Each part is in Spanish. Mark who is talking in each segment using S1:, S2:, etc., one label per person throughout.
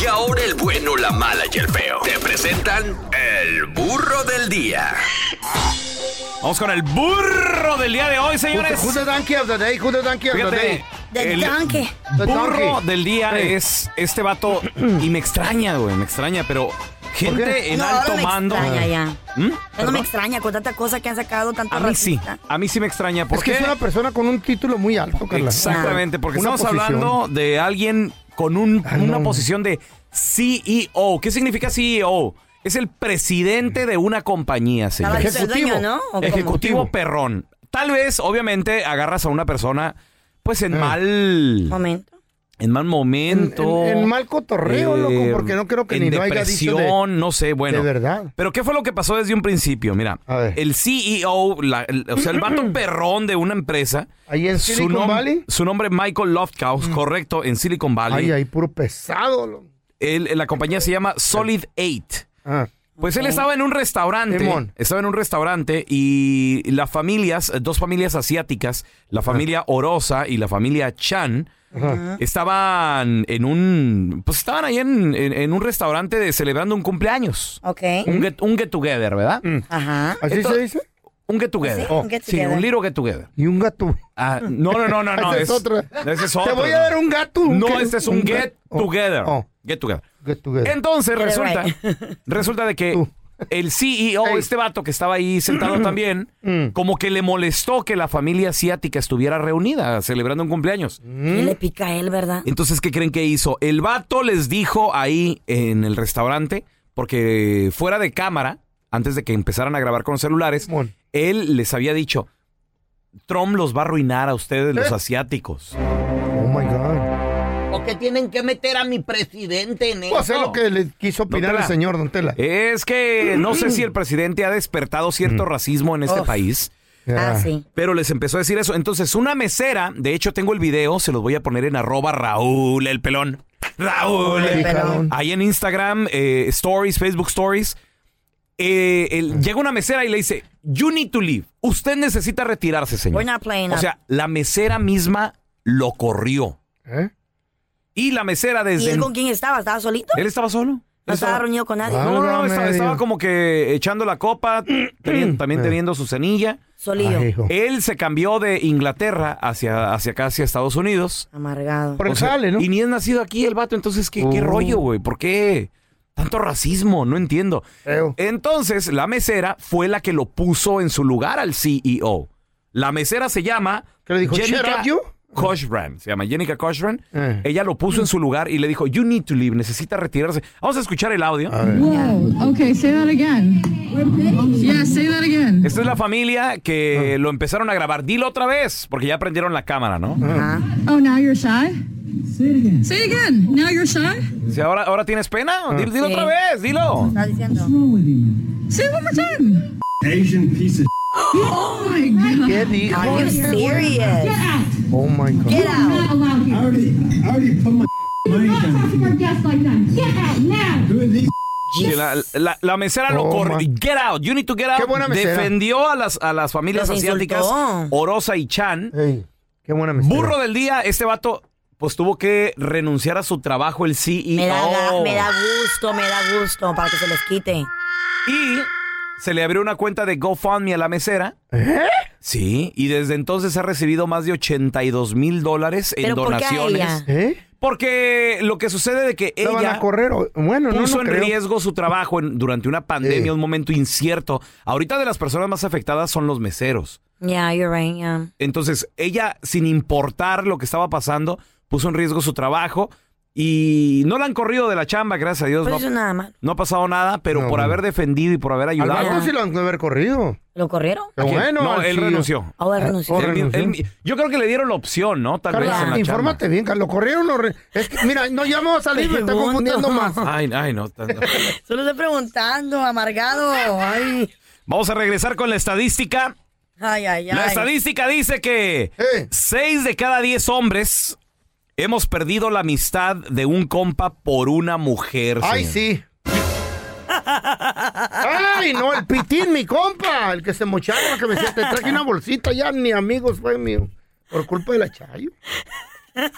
S1: Y ahora el bueno, la mala y el feo. Te presentan el burro del día.
S2: Vamos con el burro del día de hoy, señores.
S3: Who's the donkey of the day? Who's the donkey of the day?
S2: Fíjate,
S4: The
S2: el
S4: donkey.
S3: The
S2: burro
S3: donkey.
S2: del día
S3: Hey.
S2: es este vato. Y me extraña, güey, me extraña, pero gente en
S4: no,
S2: alto
S4: no me
S2: mando.
S4: extraña ya.
S2: ¿Mm?
S4: Ya no me extraña con tanta cosa que han sacado, tanta
S2: A mí sí,
S4: racista.
S2: a mí sí me extraña. ¿Por
S3: Es
S2: qué?
S3: que es una persona con un título muy alto, Carla.
S2: Exactamente, porque
S3: Una
S2: estamos
S3: posición.
S2: hablando de alguien con un-
S3: Ah,
S2: una
S3: no.
S2: posición de CEO. ¿Qué significa CEO? Es el presidente de una compañía,
S4: Nada,
S2: señor.
S4: yo soy
S3: Ejecutivo.
S4: dueño, ¿no? ¿O cómo?
S2: Ejecutivo perrón. Tal vez, obviamente, agarras a una persona, pues
S3: Eh.
S2: en mal,
S4: Momento.
S2: en mal
S3: En,
S2: momento.
S3: en- en mal cotorreo,
S2: eh,
S3: loco, porque no creo que
S2: en
S3: ni lo haya dicho
S2: depresión,
S3: de,
S2: no sé, bueno.
S3: de verdad.
S2: Pero ¿qué fue lo que pasó desde un principio? Mira,
S3: A ver.
S2: el CEO, la- el- o sea, el vato perrón de una empresa.
S3: Ahí en
S2: su
S3: Silicon
S2: nom-
S3: Valley.
S2: Su nombre es Michael Lofthouse, correcto, en Silicon Valley.
S3: Ay, ahí puro pesado. lo-
S2: Él- la compañía se llama Solid 8.
S3: Ah,
S2: Pues él estaba en un restaurante.
S3: Simón.
S2: Estaba en un restaurante y las familias, dos familias asiáticas, la familia Orosa y la familia Chan,
S3: ajá.
S2: estaban en un. Pues estaban ahí en, en- en un restaurante de, celebrando un cumpleaños.
S4: Ok.
S2: Un, ¿Ah? get, un get together, ¿verdad?
S4: Ajá.
S3: Mm. ¿Así
S2: Esto-
S3: se dice?
S2: Un get together.
S4: Sí, un get
S2: Sí, un
S4: together.
S2: little get together.
S3: Y un gato.
S2: Ah, no, no, no, no, no.
S3: Ese es otro.
S2: Ese es
S3: Te
S2: otro,
S3: voy a
S2: no.
S3: dar un gato.
S2: No,
S3: que-
S2: este es un get
S3: gato.
S2: together.
S3: Oh,
S2: Get together.
S3: get together.
S2: Entonces
S4: Get it
S2: resulta, resulta de que
S3: Tú.
S2: el CEO,
S3: Ey.
S2: este vato que estaba ahí sentado también,
S3: Mm.
S2: como que le molestó que la familia asiática estuviera reunida celebrando un cumpleaños.
S4: Y
S3: Mm.
S4: le pica a él, ¿verdad?
S2: Entonces, ¿qué creen que hizo? El vato les dijo ahí en el restaurante, porque fuera de cámara, antes de que empezaran a grabar con los celulares,
S3: Simón.
S2: él les había dicho, Trump los va a arruinar a ustedes, los
S3: ¿Eh?
S2: asiáticos.
S3: Oh my God.
S5: ¿O que tienen que meter a mi presidente en
S3: Voy a hacer
S2: No.
S3: Pues lo que le quiso opinar
S2: Oh. Tela.
S3: el señor, don Tela.
S2: Es que no sé si el presidente ha despertado
S3: Mm.
S2: cierto racismo en este
S4: Uf.
S2: país,
S3: Ya.
S4: Ah, sí.
S2: pero les empezó a decir eso. Entonces, una mesera, de hecho tengo el video, se los voy a poner en arroba Raúl el pelón. Raúl el
S3: Sí,
S2: pelón.
S3: cabrón.
S2: Ahí en Instagram, eh, Stories, Facebook Stories. eh, el- llega una mesera y le dice, You need to leave. Usted necesita retirarse, señor.
S4: We're not playing
S2: O sea, la mesera misma lo corrió.
S3: ¿Eh?
S2: Y la mesera
S4: ¿Y
S2: desde...
S4: él con quién estaba? ¿Estaba solito?
S2: Él estaba solo.
S4: No estaba
S2: Él estaba-
S4: reunido con nadie.
S3: Ah.
S2: No, no, no,
S3: Válgame
S2: estaba, estaba
S3: Dios.
S2: como que echando la copa, teni- también teniendo su cenilla.
S4: Solillo.
S3: Ay, hijo.
S2: Él se cambió de Inglaterra hacia, hacia acá, hacia Estados Unidos.
S4: Amargado.
S3: Por el
S2: O sea,
S3: jale, ¿no?
S2: Y ni es nacido aquí el vato, entonces, ¿qué, qué
S3: Oh.
S2: rollo, güey? ¿Por qué tanto racismo? No entiendo.
S3: Feo.
S2: Entonces, la mesera fue la que lo puso en su lugar al CEO. La mesera se llama
S3: ¿Qué le dijo?
S2: Jenica
S3: "Shut up, you".
S2: Cochran. Se llama Jenica Cochran.
S3: Eh.
S2: Ella lo puso en su lugar y le dijo, you need to leave, necesita retirarse. Vamos a escuchar el audio.
S3: A ver.
S6: Whoa. Okay, say that again. Yeah, say that again.
S2: Esta es la familia
S3: Ah.
S2: que lo empezaron a grabar. Dilo otra vez, porque ya prendieron la cámara, ¿no?
S3: Ah.
S4: Ajá.
S6: Oh, now you're shy? Say it again. Say it again. Now you're shy?
S2: Dice, ¿ahora, ¿ahora tienes pena?
S3: Ah.
S2: Dilo, dilo
S4: Sí.
S2: otra vez, dilo.
S4: Está diciendo.
S6: Say it one more time.
S7: Asian piece of
S6: Oh my god.
S3: ¿Qué dijo?
S4: Are you serious?
S3: Oh my God.
S4: Get out.
S6: allowed
S7: I already, I already put my money down.
S6: to our guests like that. Get out now.
S7: Who are these
S2: Sí, la, la- la mesera lo
S3: Oh,
S2: corrió.
S3: man.
S2: Get out, you need to get out.
S3: Qué buena mesera.
S2: Defendió a las, a las familias
S4: Los
S2: asiáticas,
S4: insultó.
S2: Orosa y Chan.
S3: Ey, qué buena amistad.
S2: Burro del día, este vato, pues tuvo que renunciar a su trabajo, el E CEO.
S4: Me da, ga- me da gusto, me da gusto para que se les quite.
S2: Y se le abrió una cuenta de GoFundMe a la mesera.
S3: ¿Eh?
S2: Sí, y desde entonces ha recibido más de 82 mil dólares en
S4: ¿Pero por qué a
S2: donaciones.
S4: ella?
S3: ¿Eh?
S2: Porque lo que sucede de que
S3: ¿La van
S2: ella
S3: a correr? o- Bueno, no,
S2: puso
S3: no
S2: en
S3: creo.
S2: riesgo su trabajo en- durante una pandemia,
S3: Sí.
S2: un momento incierto. Ahorita de las personas más afectadas son los meseros.
S4: Yeah, you're right, yeah.
S2: Entonces, ella, sin importar lo que estaba pasando, puso en riesgo su trabajo y no la han corrido de la chamba, gracias a Dios.
S4: No
S2: No,
S4: hizo nada mal.
S2: no ha pasado nada, pero
S3: No,
S2: por
S3: no.
S2: haber defendido y por haber
S3: Al
S2: ayudado.
S3: banco sí lo han de haber corrido.
S4: ¿Lo corrieron?
S3: Pero
S2: ¿Quién?
S3: bueno,
S2: no,
S3: al
S2: él
S3: CEO.
S2: renunció.
S4: Ah, ¿O él renunció?
S3: Oh,
S2: Él-
S3: renunció.
S2: él- yo creo que le dieron la opción, ¿no? Tal vez en
S3: Carla,
S2: la chamba.
S3: infórmate bien, Carla. ¿Lo corrieron o re- Es que, mira, no, ya me va a salir, me está
S4: Pregunto.
S3: confundiendo más.
S2: Ay, ay, no. tan-
S4: Solo estoy preguntando, amargado. Ay,
S2: Vamos a regresar con la estadística.
S4: ay, ay.
S2: La
S4: ay.
S2: estadística dice que
S3: Eh.
S2: 6 de cada 10 hombres hemos perdido la amistad de un compa por una mujer.
S3: Ay,
S2: señor.
S3: sí. Ay, no, el pitín, mi compa. El que se mochaba, que me decía, te traje una bolsita ya, ni amigos fue mío. Por culpa de la Chayo.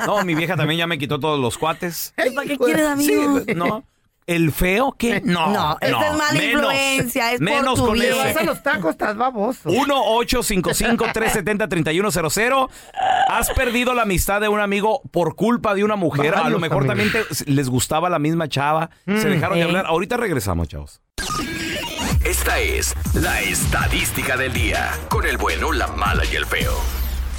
S2: No, mi vieja también ya me quitó todos los cuates.
S4: ¿Y ¿Para qué quieres amigo?
S2: pues, Sí, no. ¿El feo qué? No.
S4: No, esta es mala influencia, es por
S2: menos
S4: tu
S2: con
S4: bien.
S3: Te
S2: ese.
S3: vas a los tacos, estás baboso.
S2: 1-855-370-3100. Has perdido la amistad de un amigo por culpa de una mujer. a lo
S3: Varios
S2: mejor también
S3: amigos.
S2: te- les gustaba la misma chava. se dejaron de
S4: Mm, Sí.
S2: hablar. Ahorita regresamos, chavos.
S1: Esta es la estadística del día. Con el bueno, la mala y el feo.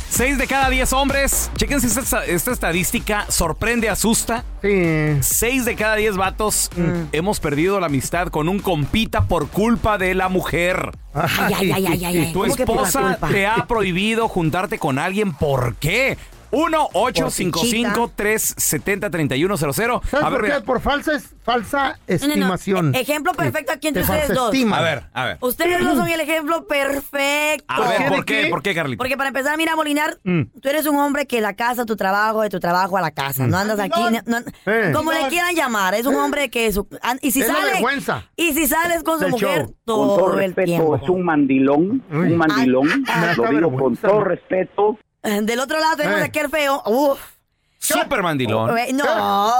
S2: 6 de cada 10 hombres. Chequense esta, esta estadística. Sorprende, asusta.
S3: Sí. Mm.
S2: 6 de cada 10 vatos hemos perdido la amistad con un compita por culpa de la mujer.
S4: Ay, ay, ay, ay, ay, ay.
S2: Tu
S4: ¿Cómo que por la
S2: esposa
S4: culpa?
S2: te ha prohibido juntarte con alguien. ¿Por qué? 1-855-370-3100.
S3: ¿Sabes
S2: A ver,
S3: por qué?
S2: mira.
S3: Por falsa, es- falsa
S4: No, no, no.
S3: estimación.
S4: E- ejemplo perfecto aquí entre
S3: De falsa
S4: ustedes dos.
S3: estima.
S2: a ver, a ver.
S4: Ustedes no son el ejemplo perfecto.
S2: A ver, ¿por
S3: ¿Por qué?
S2: qué? Mm. ¿Por qué, Carlita?
S4: Porque para empezar, mira, Molinar, tú eres un hombre que la casa, tu trabajo, de tu trabajo a la casa.
S2: Mm.
S4: No andas aquí, no- no-
S3: Eh.
S4: como le quieran llamar. Es un hombre que... Su, an- y si
S3: Es la
S4: sales,
S3: vergüenza
S4: Y si sales con su
S3: del
S4: mujer,
S3: show.
S8: con todo
S4: todo el
S8: respeto,
S4: tiempo.
S8: es un mandilón,
S3: Uy.
S8: un mandilón,
S4: Ah,
S3: me da
S8: lo digo con
S3: vergüenza,
S8: todo
S3: man.
S8: respeto,
S4: Del otro lado tenemos
S3: Eh.
S4: aquí al feo. Uf.
S2: Super mandilón.
S4: Eh, No,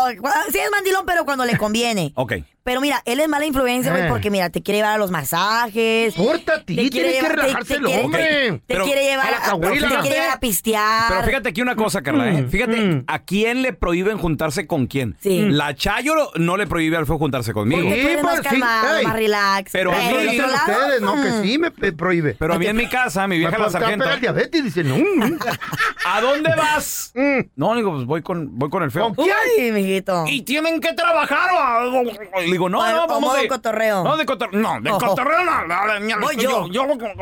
S4: sí es mandilón, pero cuando le conviene.
S2: Ok.
S4: Pero mira, él es mala influencia, güey,
S3: Eh.
S4: porque mira, te quiere llevar a los masajes.
S3: Corta a ti,
S4: Te
S3: tiene
S4: quiere
S3: que
S4: llevar- te-
S3: relajarse
S4: te
S3: el
S4: quiere-
S3: hombre.
S4: Te
S2: Pero-
S4: quiere llevar
S3: a la
S4: a, te
S3: cahuila.
S4: quiere llevar a pistear.
S2: Pero fíjate aquí una cosa, Carla. ¿eh? Fíjate,
S3: mm.
S2: ¿a quién le prohíben juntarse con quién?
S4: Sí. Mm.
S2: La Chayo no le prohíbe al feo juntarse conmigo.
S4: Porque tú eres
S3: Sí,
S4: más
S3: pues, sí,
S4: calmado,
S3: ey.
S4: más relax.
S2: Pero a mí-
S4: del
S3: Dicen
S4: otro lado,
S3: ustedes, no,
S4: mm,
S3: que sí me pe- prohíbe.
S2: Pero a mí en mi casa, mi vieja
S3: Me
S2: la
S3: puedo- te va a
S2: sargento.
S3: pegar el diabetes, dice, no. mm.
S2: ¿A dónde vas?
S3: Mm.
S2: No, digo, pues voy con, voy con el feo.
S3: ¿Con
S4: Uy,
S3: ¿Eh?
S4: mijito.
S2: Y tienen que trabajar. o- o- Le digo, no,
S4: O-
S2: no,
S4: o
S2: vamos
S4: modo
S2: de
S4: cotorreo.
S2: No, de cotorreo. No, de
S4: Ojo.
S2: cotorreo. no, no, no,
S4: Voy yo.
S2: Pues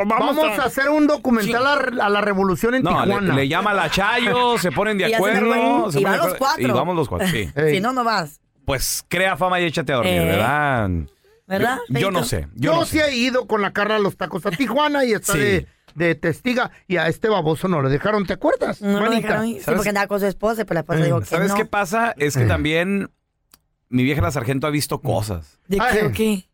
S2: vamos,
S3: Vamos a hacer un documental a, re- a la revolución en
S2: No, le,
S3: Tijuana.
S2: le llama la Chayo, se ponen
S4: Y ya
S2: de
S4: se
S2: acuerdo.
S4: acuerdan.
S2: se
S4: Y
S2: ponen
S4: van los
S2: de acuerdo,
S4: cuatro.
S2: Y vamos los cuatro, sí.
S3: Ey.
S4: Si no, no vas.
S2: Pues crea fama y échate a dormir,
S4: Eh.
S2: ¿verdad?
S4: ¿Verdad?
S2: Yo
S4: Feito?
S2: no sé. Yo
S3: Yo,
S2: no
S3: sí
S2: sé.
S3: he ido con la cara a los tacos a Tijuana y está
S2: Sí.
S3: de, de testiga. Y a este baboso no le dejaron, ¿te acuerdas?
S4: No lo
S3: manita?
S4: dejaron ir. Sí,
S2: ¿Sabes?
S4: porque andaba con su esposa, pero la esposa
S3: Eh,
S4: dijo que
S2: ¿Sabes
S4: no.
S2: qué pasa? Es que
S3: Eh.
S2: también mi vieja la sargento ha visto cosas.
S4: ¿De qué
S3: Ah,
S4: o qué?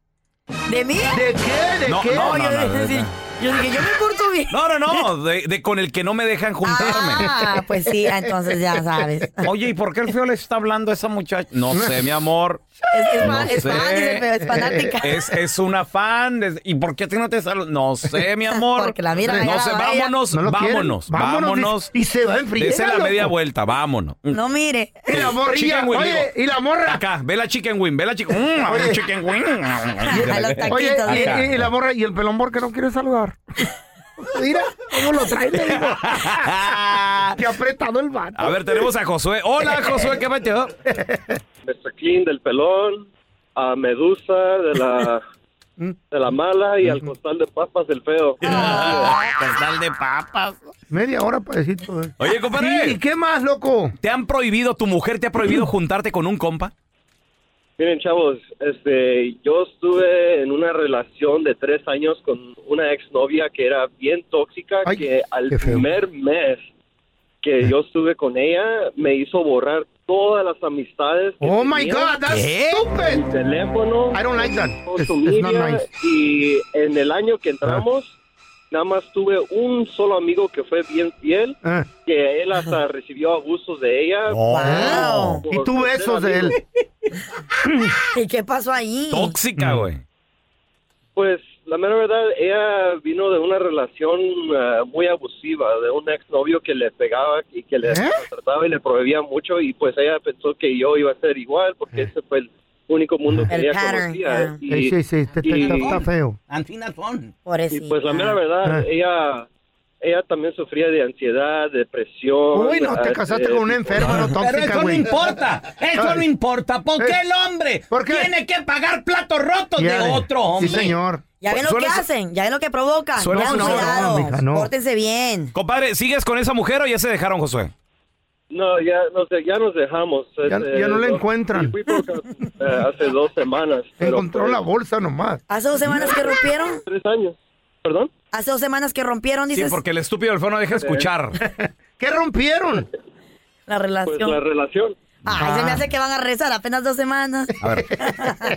S4: ¿De mí?
S3: ¿De qué? ¿De
S2: No,
S3: qué?
S4: No,
S2: no,
S4: yo,
S2: no, no,
S4: dije, yo dije, yo me porto bien.
S2: No, no, no, de, de con el que no me dejan juntarme.
S4: Ah, pues sí, ah, entonces ya sabes. Es,
S2: Oye, ¿y por qué el feo le está hablando a esa muchacha? No sé, mi amor.
S4: es,
S2: No
S4: fan, es fan,
S2: sé.
S4: dice el feo, es fanática.
S2: Es, es una fan. es- ¿Y por qué a ti no te saludas? No sé, mi amor.
S4: Porque la mira,
S2: No
S4: la
S2: sé,
S4: mira, la mira.
S2: vámonos,
S3: No lo quieren.
S2: vámonos, vámonos.
S3: dice, Y se va a enfriar.
S2: Dese la
S3: loco.
S2: media vuelta, vámonos.
S4: No mire.
S3: Y la morrilla.
S2: Chicken wing,
S3: Oye,
S2: digo.
S3: y la morra.
S2: Acá, ve la chicken wing, ve la chicken mm, a ver,
S3: Oye.
S2: chicken wing.
S4: A los taquitos.
S3: Oye, eh, y-
S4: mira.
S2: acá.
S3: y, y la morra. Y el pelón porque no quiere saludar. Mira, cómo lo trae, le digo. Qué apretado el vato.
S2: Ah, A ver, tenemos a Josué. Hola, Josué, ¿qué metió?
S9: Mestaquín del pelón, a Medusa de la de la mala y al costal de papas del feo.
S2: Ah, Costal de papas.
S3: Media hora para decir todo eso.
S2: Oye, compadre.
S3: Sí, ¿Y qué más, loco? Mm.
S2: ¿Te han prohibido, tu mujer te ha prohibido juntarte con un compa?
S9: Miren, chavos, este, yo estuve en una relación de tres años con una exnovia que era bien tóxica,
S3: Ay,
S9: que al
S3: qué feo.
S9: primer mes que yo estuve con ella me hizo borrar todas las amistades. que
S3: Oh my
S9: tenía,
S3: God, that's
S2: ¿Qué?
S3: stupid.
S9: Mi teléfono.
S3: I don't like that. It's,
S9: social
S3: it's not
S9: media,
S3: nice.
S9: y en el año que entramos nada más tuve un solo amigo que fue bien fiel
S3: Eh.
S9: que él hasta recibió abusos de ella
S4: Wow.
S9: por-
S3: Y tú
S9: por ser
S3: besos de
S9: amigo.
S3: él.
S4: ¿Y qué pasó ahí?
S2: Tóxica, Ah, güey.
S9: pues la mera verdad ella vino de una relación ah, muy abusiva de un exnovio que le pegaba y que le
S3: ¿Eh?
S9: trataba y le prohibía mucho y pues ella pensó que yo iba a ser igual porque ese fue el único mundo que
S4: El
S9: ella
S4: pattern,
S9: conocía
S4: ah.
S9: y,
S3: Eh. Sí, sí, sí, este está,
S9: y-
S3: está- está feo.
S5: Antina son.
S9: Y
S4: Pobrecita.
S9: pues la mera verdad,
S3: Ah.
S9: ella ella también sufría de ansiedad, depresión.
S3: Uy, no, te
S9: ah,
S3: casaste
S9: de-
S3: con una enferma, no
S5: Pero
S3: tóxica,
S5: eso no
S3: güey.
S5: importa, eso no importa, porque
S3: Eh.
S5: el hombre
S3: ¿Por qué?
S5: tiene que pagar platos rotos
S3: Ya,
S5: de otro hombre.
S3: Sí, señor.
S4: Ya ven lo
S2: Suele
S4: que
S2: ser-
S4: hacen, ya ven lo que provocan.
S2: Suele
S4: Tengan
S2: ser- No, no,
S4: cuidado,
S3: mija, no.
S4: pórtense bien.
S2: Compadre, ¿sigues con esa mujer o ya se dejaron, Josué?
S9: No, ya nos, de- ya nos dejamos.
S3: Ya- ya no la
S9: yo-
S3: encuentran.
S9: sí fui por ca- eh, hace dos semanas. pero
S3: Encontró
S9: fue
S3: la bolsa nomás.
S4: Hace dos semanas que rompieron.
S9: Tres años. ¿Perdón? Eh.
S4: Hace dos semanas que rompieron,
S2: Sí,
S4: dices,
S2: porque el estúpido del feo no deja escuchar.
S3: ¿Qué rompieron?
S4: la
S9: Pues
S4: relación.
S9: la relación.
S4: Ay,
S3: Ah.
S4: se me hace que van a rezar apenas dos semanas.
S2: A ver.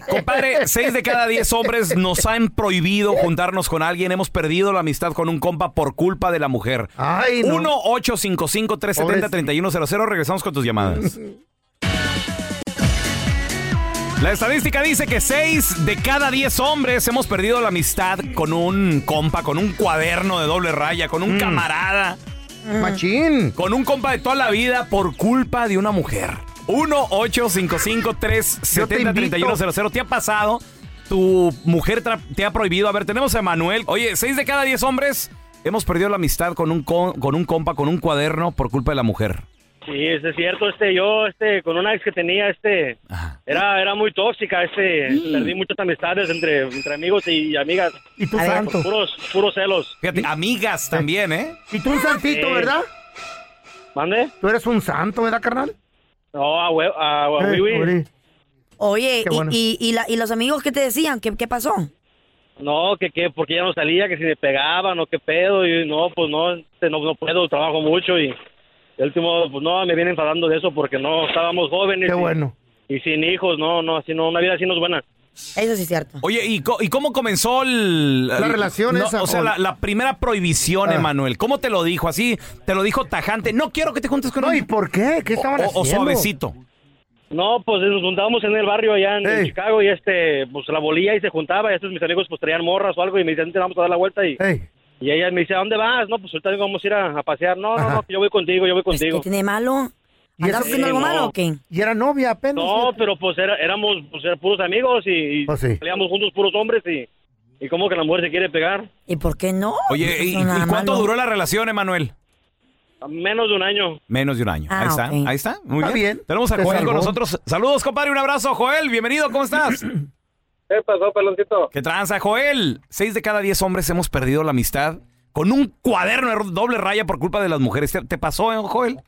S2: Compadre, seis de cada diez hombres nos han prohibido juntarnos con alguien. Hemos perdido la amistad con un compa por culpa de la mujer.
S3: Ay, no.
S2: 1-855-370-3100. Regresamos con tus llamadas. La estadística dice que 6 de cada 10 hombres hemos perdido la amistad con un compa, con un cuaderno de doble raya, con
S3: Mm.
S2: un camarada,
S4: Mm.
S3: Machín.
S2: con un compa de toda la vida por culpa de una mujer. 1-855-370-3100. ¿Te ha pasado? ¿Tu mujer tra- te ha prohibido? A ver, tenemos a Manuel. Oye, 6 de cada 10 hombres hemos perdido la amistad con un, co- con un compa, con un cuaderno por culpa de la mujer.
S8: Sí, eso es cierto, este, yo, este, con una ex que tenía, este,
S2: Ajá.
S8: era, era muy tóxica, este, perdí muchas amistades entre, entre amigos y amigas,
S3: Y tú
S4: A ver,
S3: santo.
S8: por puros, puros celos,
S2: Fíjate, amigas también, ¿eh?
S3: Y tú un santito,
S8: Sí.
S3: ¿verdad?
S8: ¿mande?
S3: Tú eres un santo, ¿verdad, carnal?
S8: No, a hue- a, a
S3: Eh,
S8: huihui.
S3: pobre.
S4: Oye,
S3: Qué
S4: y,
S3: bueno.
S4: y- y la- y los amigos qué te decían? ¿Qué, qué pasó?
S8: no, que, que, porque ya no salía, que si me pegaban o qué pedo, y no, pues no, este, no, no puedo, trabajo mucho y, el último, pues no, me viene enfadando de eso porque no, estábamos jóvenes
S3: Qué
S8: y-
S3: bueno.
S8: y, sin hijos, no, no, así no, una vida así no es buena.
S4: Eso sí es cierto.
S2: Oye, ¿y, co- y cómo comenzó el-
S3: La
S2: el-
S3: relación
S2: no,
S3: esa,
S2: O sea,
S3: o-
S2: la, la primera prohibición,
S3: Ah.
S2: Emanuel. ¿Cómo te lo dijo? Así, te lo dijo tajante. No quiero que te juntes con
S3: No, ¿y
S2: él.
S3: por qué? ¿Qué estaban
S2: O, o
S3: haciendo?
S2: suavecito.
S8: No, pues nos juntábamos en el barrio allá en, en
S3: Ey.
S8: Chicago y este, pues la bolía y se juntaba y estos mis amigos pues traían morras o algo y me dicen, "Te vamos a dar la vuelta y,
S3: Ey,
S8: y ella me dice, ¿a dónde vas? No, pues ahorita vamos a ir a, a pasear. No, no,
S3: Ajá.
S8: no, yo voy contigo, yo voy
S4: Pues, ¿Qué
S8: contigo.
S4: tiene de malo?
S3: ¿Y eso
S4: ¿Andabas haciendo
S8: qué?
S4: algo malo
S8: No.
S4: o qué?
S3: y era novia apenas.
S8: No, pero pues era- éramos pues, eran puros amigos y, y
S3: Pues sí.
S8: salíamos juntos puros hombres y, y como que la mujer se quiere pegar.
S4: ¿Y por qué no? No
S2: Oye,
S4: hizo
S2: ¿y, y
S4: nada
S2: cuánto
S4: malo.
S2: duró la relación, Emanuel?
S8: Menos de un año.
S2: Menos de un año.
S4: Ah,
S2: ahí está,
S4: ok.
S2: ahí está. Muy
S3: Está
S2: bien.
S3: bien.
S2: Tenemos a
S3: Te
S2: Joel
S3: salvó.
S2: con nosotros. Saludos, compadre. Un abrazo, Joel. Bienvenido, ¿cómo estás?
S9: ¿Qué pasó, peloncito?
S2: ¿Qué tranza, Joel? Seis de cada diez hombres hemos perdido la amistad con un cuaderno de doble raya por culpa de las mujeres. ¿Te, te pasó, eh, Joel?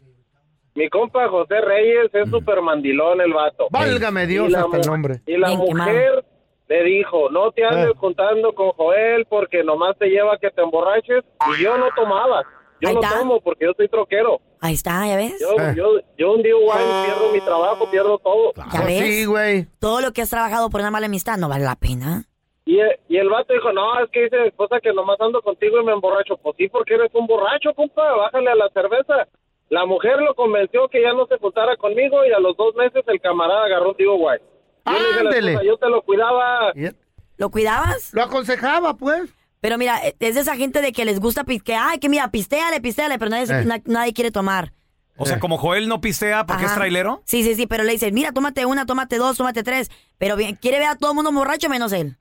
S9: Mi compa José Reyes es super mandilón el vato.
S3: Válgame Dios
S9: Y la
S3: hasta el
S9: mu-
S3: nombre.
S9: Y la
S4: Bien quemado.
S9: mujer le dijo, no te andes
S3: Eh.
S9: juntando con Joel porque nomás te lleva a que te emborraches. Y yo no tomaba. Yo
S4: Ahí
S9: no
S4: está.
S9: tomo porque yo soy troquero.
S4: Ahí está, ¿ya ves?
S9: Yo,
S3: Eh.
S9: yo, yo un día igual pierdo mi trabajo, pierdo todo.
S4: ¿Ya
S3: Pues
S4: ves?
S3: sí, güey.
S4: Todo lo que has trabajado por una mala amistad no vale la pena.
S9: Y, el- y el vato dijo, no, es que dice mi esposa que nomás ando contigo y me emborracho. Pues sí, porque eres un borracho, compa, bájale a la cerveza. La mujer lo convenció que ya no se juntara conmigo y a los dos meses el camarada agarró un digo guay. Yo le dije a la
S3: Ándele.
S9: esposa, yo te lo cuidaba.
S3: Y-
S4: ¿Lo cuidabas?
S3: Lo aconsejaba, pues.
S4: Pero mira, eh, es de esa gente de que les gusta pis- que Ay, que mira, pistéale, pistéale, pero nadie,
S3: Eh.
S4: na- nadie quiere tomar.
S2: O sea, como Joel no pistea porque es
S4: Ajá.
S2: trailero.
S4: Sí, sí, sí, pero le dicen, mira, tómate una, tómate dos, tómate tres. Pero bien, quiere ver a todo el mundo borracho menos él.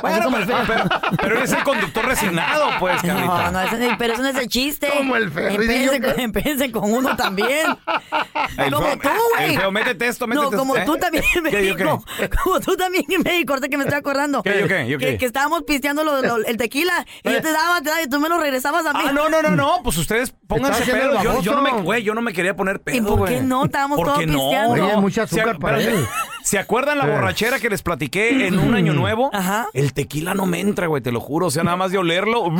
S2: Bueno, pero, pero- pero eres el conductor resignado, pues,
S4: No,
S2: Carlita.
S4: no, eso- pero eso no es el chiste.
S3: Como el Ferris,
S4: Empérense
S3: digo
S4: con,
S3: que-
S4: empérense con uno también.
S2: El
S4: como
S2: feo-
S4: tú,
S2: el
S4: güey.
S2: feo, métete esto, métete
S4: No,
S2: esto.
S4: como
S2: ¿Eh?
S4: tú también en
S2: ¿Qué, yo qué?
S4: México. Como tú también en México, ahorita que me estoy acordando.
S2: ¿Qué, yo qué, yo qué? Eh.
S4: Que, que estábamos pisteando lo- lo- el tequila y yo te daba, te daba y tú me lo regresabas a mí.
S2: Ah, no, no, no, no, pues ustedes pónganse
S3: haciendo
S2: pedo.
S3: el
S2: Yo,
S3: baboso.
S2: yo no me, güey, yo no me quería poner pedo,
S4: ¿Y por qué
S2: güey.
S4: no? Estábamos
S2: ¿Por
S4: todos
S2: qué no?
S4: pisteando.
S2: No.
S3: Oye, mucha
S2: ¿Se ac-
S3: azúcar para
S2: espérate,
S3: él.
S2: ¿Se acuerdan la
S3: Eh.
S2: borrachera que les platiqué en un año nuevo?
S4: Ajá.
S2: El tequila no me entra, güey, te lo juro. O sea, nada más de olerlo.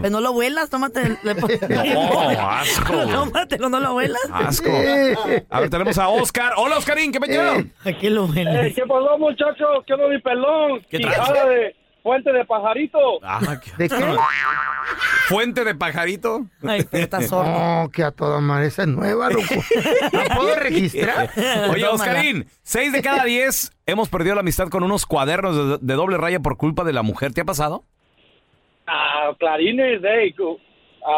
S4: Pues no lo vuelas, tómate. el- le pon-
S2: No, asco, güey.
S4: Tómatelo, no lo vuelas.
S2: Asco. A ver, tenemos a Oscar. Hola, Oscarín, ¿qué pedo?
S4: Aquí lo
S8: Eh,
S4: vuelas.
S8: ¿Qué pasó, muchachos? ¿Qué onda mi pelón?
S2: ¿Qué
S8: Quijada
S2: traes?
S8: de Fuente de Pajarito.
S2: Ah, qué-
S3: ¿De qué?
S2: Fuente de pajarito.
S4: Ay, pero estás sordo.
S3: No, que a toda madre. Esa es nueva, loco. ¿La puedo registrar?
S2: Oye,
S4: Tómala.
S2: Oscarín, 6 de cada 10 hemos perdido la amistad con unos cuadernos de, de doble raya por culpa de la mujer. ¿Te ha pasado?
S8: Ah, clarines, eh. cu-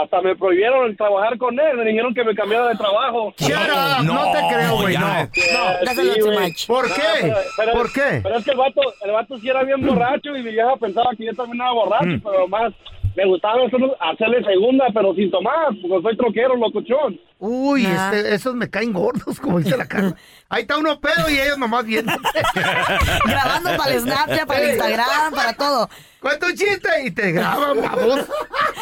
S8: Hasta me prohibieron trabajar con él. Me dijeron que me cambiara de trabajo.
S3: Shut up. No te creo, güey,
S2: ya.
S3: no.
S8: Ah,
S4: That's a
S8: sí,
S4: lot too
S8: güey.
S4: much.
S3: ¿Por
S8: No,
S3: qué?
S8: pero- pero-
S3: ¿Por qué?
S8: Pero es que el vato, el vato sí era bien borracho y mi vieja pensaba que yo también era borracho,
S3: Mm.
S8: pero más me gustaba hacerlo- hacerle segunda, pero sin tomar, porque soy troquero, locochón.
S3: Uy,
S4: Nah.
S3: este, esos me caen gordos, como dice la cara. Ahí está uno pedo y ellos nomás viendo.
S4: Grabando para el Snapchat, para el Instagram, para todo.
S3: Cuenta un chiste y te graban, vamos.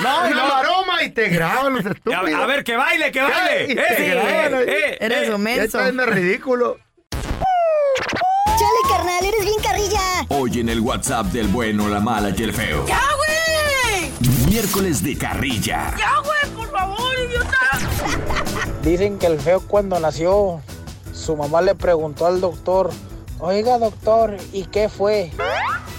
S2: No,
S3: No,
S2: no.
S3: no. aroma y te graban los
S2: A,
S3: estúpidos.
S2: a ver, que baile, que baile.
S3: Ay,
S2: Eh,
S3: te
S2: sí,
S3: graban,
S2: eh,
S3: ay.
S2: eh,
S4: Eres
S2: eh.
S4: un
S3: Ya
S4: menso.
S3: está en el ridículo.
S10: Chale, carnal, eres bien carrilla.
S1: Hoy en el WhatsApp del bueno, la mala y el feo.
S10: ¡Ya, güey!
S1: Miércoles de carrilla.
S10: ¡Ya, güey, por favor, idiota!
S11: Dicen que el feo cuando nació su mamá le preguntó al doctor, oiga doctor, ¿y qué fue?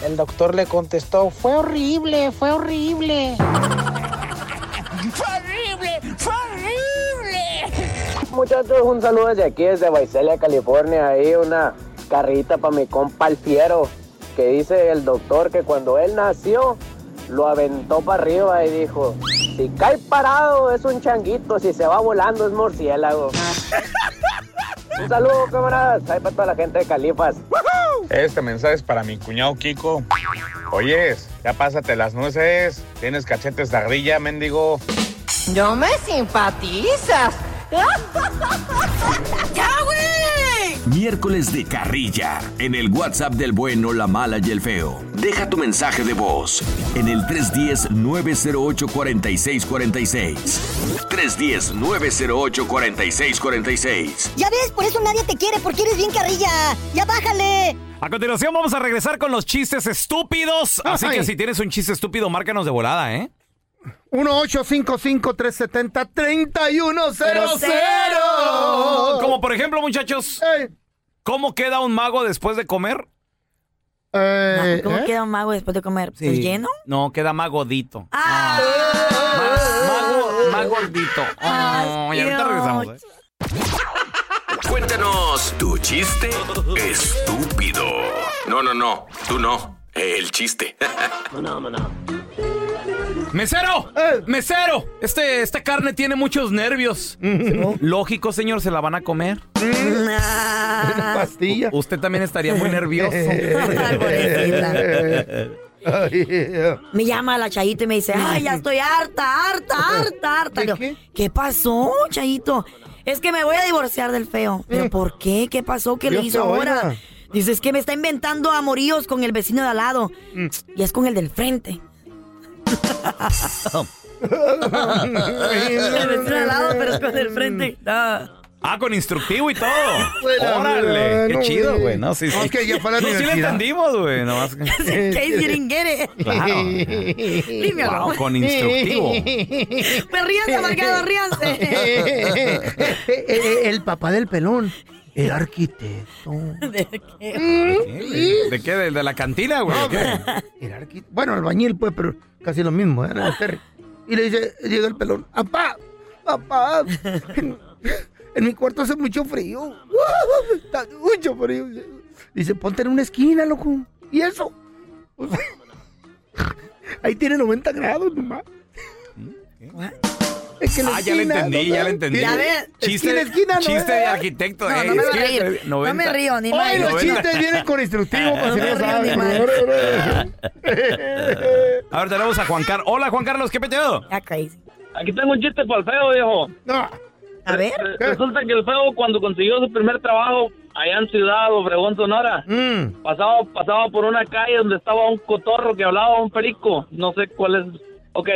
S11: El doctor le contestó, fue horrible, fue horrible.
S10: ¡Fue horrible! ¡Fue horrible!
S11: Muchachos, un saludo desde aquí, desde Vaiselia, California. Ahí una carrita para mi compa el fiero, que dice el doctor que cuando él nació, lo aventó para arriba y dijo, si cae parado es un changuito, si se va volando es murciélago. un saludo, camaradas. Ahí para toda la gente de Califas.
S12: Este mensaje es para mi cuñado Kiko. Oyes, ya pásate las nueces. Tienes cachetes de ardilla, mendigo.
S10: ¡No me simpatizas! ¡Ya, güey!
S1: Miércoles de carrilla en el WhatsApp del bueno, la mala y el feo. Deja tu mensaje de voz en el 310-908-4646. 310-908-4646.
S10: Ya ves, por eso nadie te quiere, porque eres bien carrilla. ¡Ya bájale!
S2: A continuación vamos a regresar con los chistes estúpidos. Así
S3: Ay.
S2: que si tienes un chiste estúpido, márcanos de volada, ¿eh?
S3: 1-855-370-3100.
S2: Como por ejemplo, muchachos, ¿cómo queda un mago después de comer?
S4: Ah, ¿Cómo queda un mago después de comer?
S2: ¿Eh? Sí.
S4: ¿Pues lleno?
S2: No, queda magodito.
S3: Ah.
S2: Más gordito. y ahorita regresamos. ¿eh?
S1: Cuéntanos tu chiste estúpido. No, no, no. Tú no. El chiste.
S2: ¡Mesero!
S4: Eh.
S2: ¡Mesero! Este, esta carne tiene muchos nervios. Lógico, señor, se la van a comer.
S4: Una
S3: pastilla.
S2: usted también estaría muy nervioso.
S4: Me llama la Chayito y me dice, ay, ya estoy harta, harta, harta, harta. Le digo, ¿Qué, pasó, Chayito? Es que me voy a divorciar del feo. ¿Pero por qué? ¿Qué pasó? ¿Qué
S10: Eh. Dios
S4: le hizo
S10: te oiga.
S4: ahora? Dice, es que me está inventando amoríos con el vecino de al lado.
S10: Mm.
S4: Y es con el del frente. el vecino de al lado, pero es con el frente. Ah.
S2: Ah, con instructivo y todo.
S4: Bueno,
S2: Órale, qué
S4: bueno,
S2: chido,
S4: güey.
S2: güey. No, sí, sí.
S4: No, es que ya fue a la
S2: No, sí le
S4: universidad.
S2: entendimos, güey. nomás que-
S4: In case you didn't get it.
S2: Claro.
S4: Dime
S2: Wow,
S4: algo.
S2: con instructivo.
S4: Pues ríanse, amargado, ríanse.
S3: El papá del pelón, el arquitecto.
S2: ¿De qué? ¿Del de la cantina, güey? ¿De qué?
S3: Bueno, albañil, pues, pero casi lo mismo, ¿eh? Era Terry. Y le dice, llega el pelón, ¡apá! ¡Papá! En, en mi cuarto hace mucho frío. Está mucho frío. Dice, ponte en una esquina, loco. ¿Y eso? O sea, ahí tiene 90 grados nomás. Es que en la
S2: Ah, ya le
S3: esquina,
S2: entendí,
S3: ¿no?
S2: ya le entendí.
S3: Ya ves,
S2: Chiste,
S3: esquina, esquina,
S2: chiste
S3: 90.
S2: de arquitecto.
S3: No,
S2: eh,
S3: no me
S2: esquina
S3: voy a
S2: de
S3: reír. No
S2: 90.
S3: me río, ni Hoy los
S2: 90.
S3: chistes vienen con instructivo, por si no saben.
S2: A ver, tenemos a Juan Carlos. Hola, Juan Carlos, ¿qué peteado?
S4: Ah,
S13: Aquí tengo un chiste para el feo, viejo.
S4: A ver.
S13: Resulta que el feo, cuando consiguió su primer trabajo allá en Ciudad Obregón, Sonora, pasaba, pasaba por una calle donde estaba un cotorro que hablaba un perico. No sé cuál es. Ok.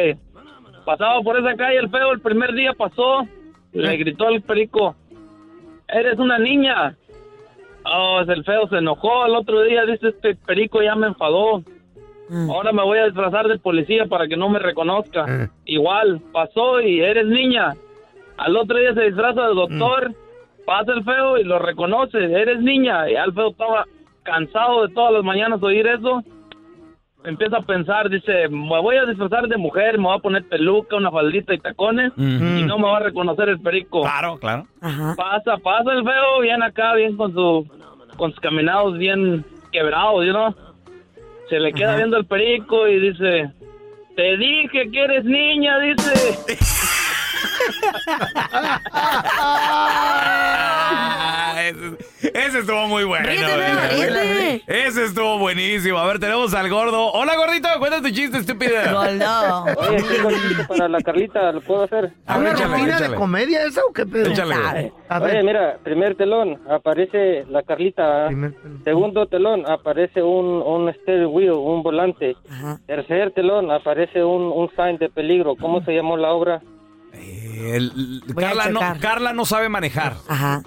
S13: Pasaba por esa calle el feo, el primer día pasó, le gritó al perico: Eres una niña. Oh, el feo se enojó. El otro día dice: Este perico ya me enfadó.
S4: Mm.
S13: Ahora me voy a disfrazar de policía para que no me reconozca. Igual, pasó y eres niña. Al otro día se disfraza de doctor, pasa el feo y lo reconoce, eres niña. Y al feo estaba cansado de todas las mañanas oír eso. Empieza a pensar, dice, me voy a disfrazar de mujer, me voy a poner peluca, una faldita y tacones
S2: Ujú.
S13: y no me va a reconocer el perico.
S2: Claro, claro.
S13: Pasa, pasa el feo, bien acá, bien con su, con sus caminados bien quebrados, you know? Se le queda
S14: Ajá.
S13: viendo el perico y dice, te dije que eres niña, dice.
S2: Ah, ese, ese estuvo muy bueno. güey. Ese estuvo buenísimo. A ver, tenemos al gordo. Hola, gordito, cuéntame tu chiste, estúpido.
S14: Oye, tengo un chiste para la Carlita, ¿lo puedo hacer?
S3: ¿Es una rutina de comedia esa o qué pedo? A
S14: Oye,
S3: ver,
S14: mira, primer telón, aparece la Carlita. ¿ah? Segundo telón, aparece un, un steering wheel, un volante. Tercer telón, aparece un, un sign de peligro. ¿Cómo se llamó la obra?
S2: El- Carla, no, Carla no sabe manejar.
S4: Ajá.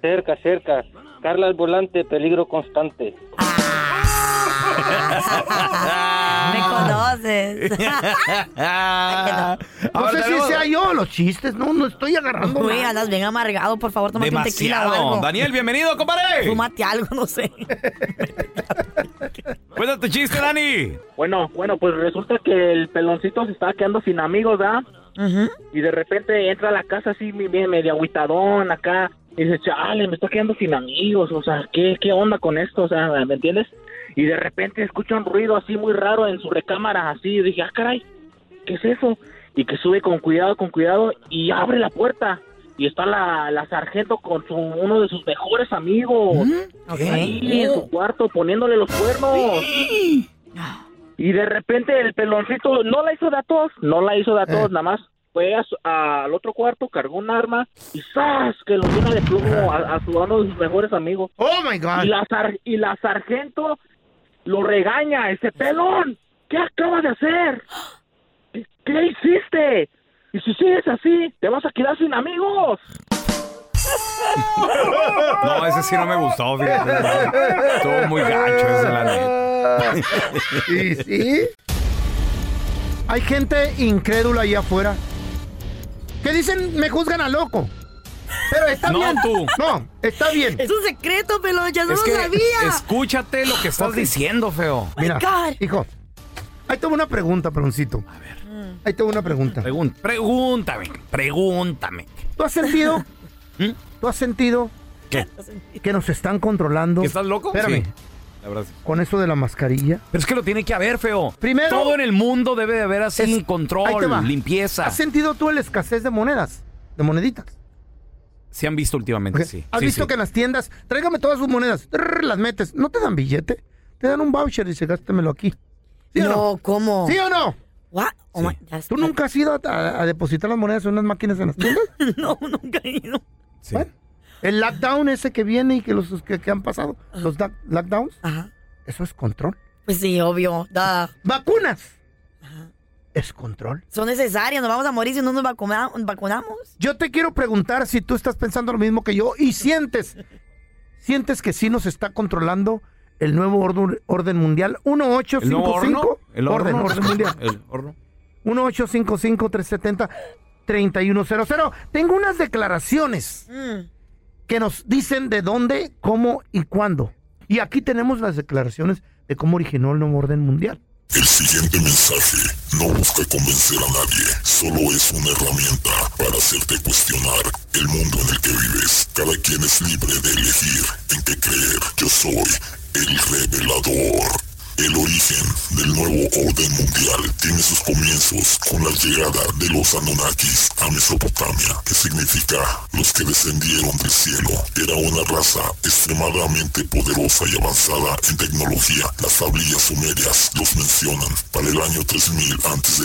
S14: Cerca, cerca. Carla al volante, peligro constante.
S4: Me conoces.
S3: No sé si
S4: tenemos-
S3: sea yo los chistes. No, no estoy agarrando.
S4: Uy,
S3: nada.
S4: andas bien amargado, por favor, tómate un tequila o algo.
S2: Daniel, bienvenido, compadre.
S4: Fúmate algo, no sé.
S2: Cuéntate chiste, Dani.
S15: Bueno, bueno, pues resulta que el peloncito se estaba quedando sin amigos, ¿verdad? Y de repente entra a la casa así, mi- bien medio agüitadón acá. Y dice, chale, me estoy quedando sin amigos, o sea, ¿qué, ¿qué onda con esto? O sea, ¿me entiendes? Y de repente escucha un ruido así muy raro en su recámara, así. Y dije, ah, caray, ¿qué es eso? Y que sube con cuidado, con cuidado, y abre la puerta. Y está la, la sargento con su- uno de sus mejores amigos. Ahí en su cuarto poniéndole los cuernos. Y de repente el peloncito no la hizo de a todos, no la hizo de a todos,
S3: Eh.
S15: nada más fue a su- al otro cuarto, cargó un arma y ¡zas! que lo llena de plomo a, a su a uno de sus mejores amigos.
S3: ¡Oh, my God!
S15: Y la, sar- y la sargento lo regaña, ese pelón, ¿qué acabas de hacer? ¿Qué, qué hiciste? Y si sigues así, te vas a quedar sin amigos.
S2: No, ese sí no me gustó, fíjate. Estuvo muy gacho ese, la neta.
S3: ¿Y sí? Hay gente incrédula allá afuera. Que dicen, me juzgan a loco. Pero está
S2: No,
S3: bien.
S2: tú.
S3: No, está bien.
S4: Es un secreto, peloncha, no
S2: Es
S4: lo
S2: que
S4: sabía.
S2: escúchate lo que estás
S3: Ok.
S2: diciendo, feo.
S3: Mira, hijo. Ahí tengo una pregunta, peloncito. A ver. Ahí tengo una pregunta.
S2: Pregúntame, pregúntame.
S3: ¿Tú has sentido? ¿Tú has sentido?
S2: ¿Qué?
S3: Que nos están controlando.
S2: ¿Que ¿Estás loco?
S3: Espérame.
S2: Sí, la verdad sí.
S3: Con eso de la mascarilla.
S2: Pero es que lo tiene que haber, feo.
S3: Primero-
S2: Todo en el mundo debe de haber así
S3: Ahí te va.
S2: control, limpieza.
S3: ¿Has Ah. sentido tú la escasez de monedas? De moneditas.
S2: Se han visto últimamente, sí.
S3: ¿Has
S2: Sí,
S3: visto
S2: sí.
S3: que en las tiendas, tráigame todas sus monedas, trrr, las metes, no te dan billete, te dan un voucher y dice, gástemelo aquí. ¿Sí o no,
S4: ¿cómo?
S3: ¿Sí o no?
S4: Oh my- ya está.
S3: ¿Tú nunca has ido a, a- a depositar las monedas en unas máquinas en las tiendas?
S4: no, nunca he ido.
S3: Bueno, el lockdown ese que viene y que los que, que han pasado, los da- lockdowns, eso es control.
S4: Pues sí, obvio. da.
S3: Vacunas. Es control.
S4: Son necesarias, nos vamos a morir si no nos vacuna- vacunamos.
S3: Yo te quiero preguntar si tú estás pensando lo mismo que yo y sientes, sientes que sí nos está controlando el nuevo orden, orden mundial. 1855.
S2: ¿El nuevo horno? ¿El
S3: orden,
S2: horno?
S3: orden mundial.
S2: ¿El horno?
S3: 1-855-370-3100. Tengo unas declaraciones que nos dicen de dónde, cómo y cuándo. Y aquí tenemos las declaraciones de cómo originó el nuevo orden mundial.
S16: El siguiente mensaje no busca convencer a nadie, solo es una herramienta para hacerte cuestionar el mundo en el que vives. Cada quien es libre de elegir en qué creer. Yo soy el revelador. El origen del nuevo orden mundial tiene sus comienzos con la llegada de los Anunnakis a Mesopotamia, que significa los que descendieron del cielo. Era una raza extremadamente poderosa y avanzada en tecnología. Las tablillas sumerias los mencionan. Para el año 3000 a.C.,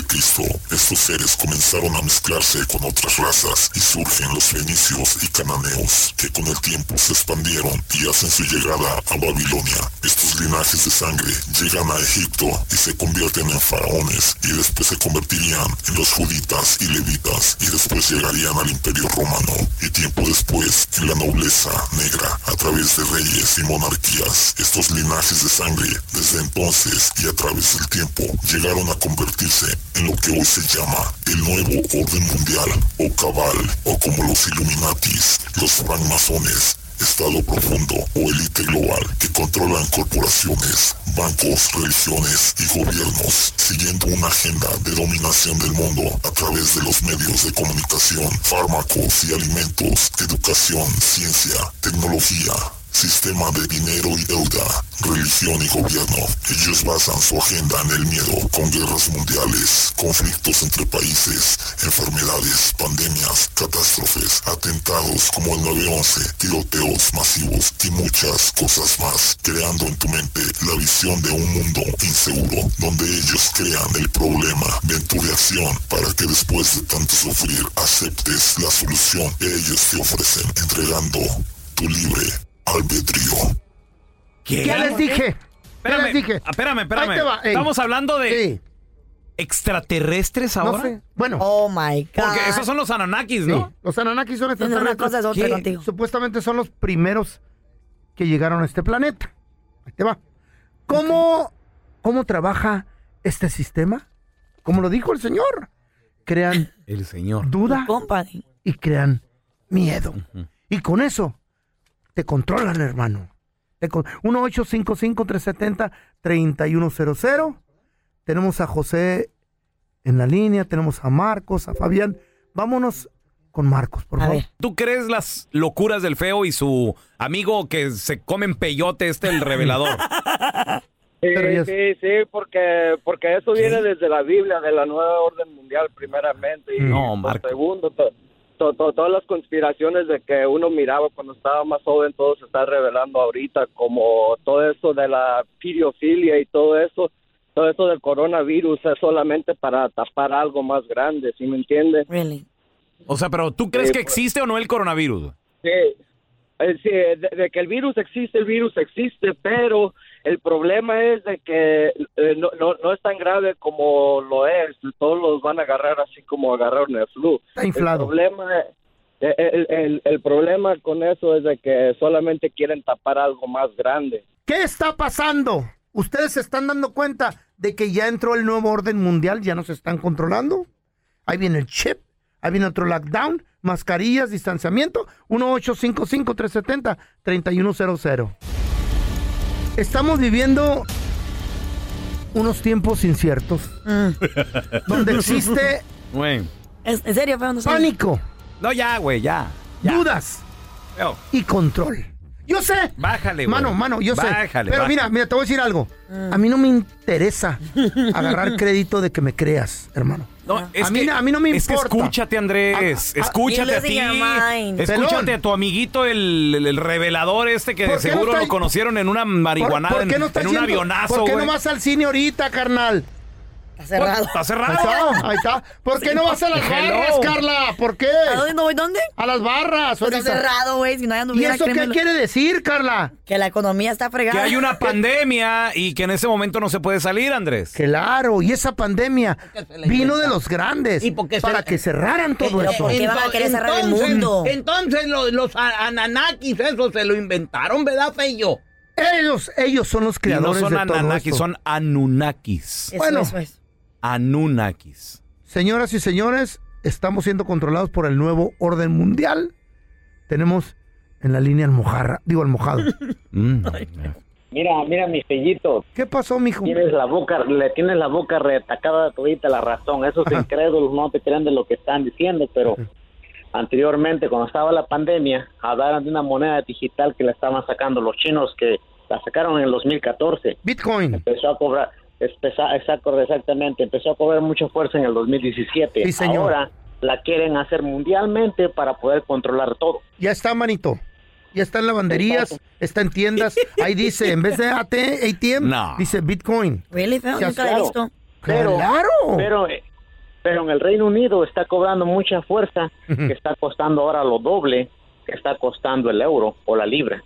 S16: estos seres comenzaron a mezclarse con otras razas y surgen los fenicios y cananeos, que con el tiempo se expandieron y hacen su llegada a Babilonia. Estos linajes de sangre llegan a Egipto y se convierten en faraones y después se convertirían en los juditas y levitas y después llegarían al imperio romano y tiempo después en la nobleza negra a través de reyes y monarquías. Estos linajes de sangre desde entonces y a través del tiempo llegaron a convertirse en lo que hoy se llama el nuevo orden mundial o cabal o como los Illuminatis, los francmasones Estado profundo o élite global que controlan corporaciones, bancos, religiones y gobiernos, siguiendo una agenda de dominación del mundo a través de los medios de comunicación, fármacos y alimentos, educación, ciencia, tecnología, sistema de dinero y deuda, religión y gobierno. Ellos basan su agenda en el miedo, con guerras mundiales, conflictos entre países, enfermedades, pandemias, catástrofes, atentados como el 9-11, tiroteos masivos y muchas cosas más, creando en tu mente la visión de un mundo inseguro, donde ellos crean el problema, ven tu reacción para que después de tanto sufrir aceptes la solución que ellos te ofrecen, entregando tu libre albedrío.
S3: ¿Qué, les dije?
S2: Espérame, ah, espérame, espérame.
S3: Ahí te va, ey.
S2: Estamos hablando de
S3: Sí.
S2: extraterrestres
S3: No
S2: ahora.
S3: sé. Bueno.
S4: Oh my God.
S2: Porque esos son los Anunnakis, ¿no?
S3: Los Anunnakis son
S4: No, no, una
S3: extraterrestres.
S4: cosa es otra
S3: que
S4: contigo.
S3: Supuestamente son los primeros que llegaron a este planeta. Ahí te va. ¿Cómo cómo trabaja este sistema? Como lo dijo el señor, crean
S2: El señor.
S3: duda y crean miedo. Y con eso te controlan, hermano. Te con- 1-855-370-3100. Tenemos a José en la línea, tenemos a Marcos, a Fabián. Vámonos con Marcos, por favor.
S2: ¿Tú crees las locuras del feo y su amigo que se comen peyote, este, el revelador?
S9: Sí, sí, sí, porque, porque eso viene desde la Biblia, de la nueva orden mundial, primeramente. Y
S2: No,
S9: por
S2: Marco.
S9: Segundo, to- to- to- todas las conspiraciones de que uno miraba cuando estaba más joven, todo se está revelando ahorita, como todo eso de la pedofilia y todo eso, todo eso del coronavirus es solamente para tapar algo más grande, ¿sí me entiende?
S2: O sea, pero ¿tú crees
S3: Eh,
S9: Sí,
S2: que
S9: por-
S2: existe o no el coronavirus?
S9: Sí, eh, sí, de, de que el virus existe, el virus existe, pero el problema es de que eh, no, no, no es tan grave como lo es. Todos los van a agarrar así como agarraron el flu.
S3: Está inflado.
S9: El problema, eh, el, el- el problema con eso es de que solamente quieren tapar algo más grande.
S3: ¿Qué está pasando? ¿Ustedes se están dando cuenta de que ya entró el nuevo orden mundial? ¿Ya nos están controlando? Ahí viene el chip, ahí viene otro lockdown, mascarillas, distanciamiento. 1-855-370-3100. Estamos viviendo unos tiempos inciertos
S2: Mm.
S3: donde existe
S2: Güey.
S4: Es- en serio, feo, no sé.
S3: pánico,
S2: No, ya, güey, ya.
S3: dudas
S2: Feo.
S3: y control. Yo sé.
S2: Bájale, güey.
S3: Mano, mano, yo sé.
S2: Bájale,
S3: pero
S2: bájale. Mm.
S3: mira, mira, te voy a decir algo. A mí no me interesa agarrar crédito de que me creas, hermano.
S2: No, es
S3: a, mí,
S2: que-
S3: no- a mí no me
S2: es que
S3: importa.
S2: escúchate, Andrés.
S3: Ah, ah,
S2: escúchate a
S4: You're
S2: ti.
S4: losing your mind.
S2: Escúchate
S3: Pelón.
S2: a tu amiguito, el, el- el revelador este que
S3: ¿Por
S2: de
S3: qué no
S2: seguro
S3: está-
S2: lo conocieron en una marihuanada, en,
S3: estás
S2: en un
S3: yendo?
S2: avionazo,
S3: ¿Por qué
S2: güey.
S3: no vas al cine ahorita, carnal? Está
S2: cerrado. Está cerrado.
S3: Ahí está. ahí está. ¿Por qué
S4: Sí,
S3: no
S4: no.
S3: vas a las
S4: Hello.
S3: barras, Carla? ¿Por qué?
S4: ¿A dónde no voy? ¿Dónde?
S3: A las barras.
S4: Está Pues
S3: ahorita.
S4: cerrado, güey. Si no, ya no
S3: ¿Y
S4: hubiera
S3: eso qué
S4: créemelo.
S3: quiere decir, Carla?
S4: Que la economía está
S2: Que
S4: fregada.
S2: hay una pandemia y que en ese momento no se puede salir, Andrés.
S3: Claro, y esa pandemia
S2: la
S3: vino de los grandes para que cerraran todo
S5: Pero
S3: eso.
S5: ¿por qué
S4: van a querer cerrar el
S5: entonces-
S4: mundo?
S5: Entonces los, los a- ananakis, eso se lo inventaron, ¿verdad, Feyo?
S3: Ellos, ellos son los
S2: Y no
S3: creadores
S2: son
S3: de todo
S2: ananakis,
S3: esto.
S2: son anunnakis.
S3: Bueno.
S2: Anunnakis.
S3: Señoras y señores, estamos siendo controlados por el nuevo orden mundial. Tenemos en la línea almojarra, digo almojado.
S17: Mira, mira, mi pellito.
S3: ¿Qué pasó, mijo?
S17: Tienes la boca, le tienes la boca retacada todita la razón. Esos incrédulos no te creen de lo que están diciendo, pero anteriormente, cuando estaba la pandemia, hablaron de una moneda digital que la estaban sacando los chinos, que la sacaron en el 2014.
S3: Bitcoin.
S17: Empezó a cobrar, espesa- exacto, exactamente, empezó a cobrar mucha fuerza en el 2017.
S3: Sí, señor.
S17: Ahora la quieren hacer mundialmente para poder controlar todo.
S3: Ya está, manito. Ya está en lavanderías, está en tiendas. Ahí dice, en vez de AT, ATM,
S17: No.
S3: dice Bitcoin.
S4: Really, feo,
S3: Ya
S4: nunca la he
S3: claro.
S4: visto.
S17: Pero,
S3: ¡Claro!
S17: Pero, eh, pero en el Reino Unido está cobrando mucha fuerza, que está costando ahora lo doble que está costando el euro o la libra.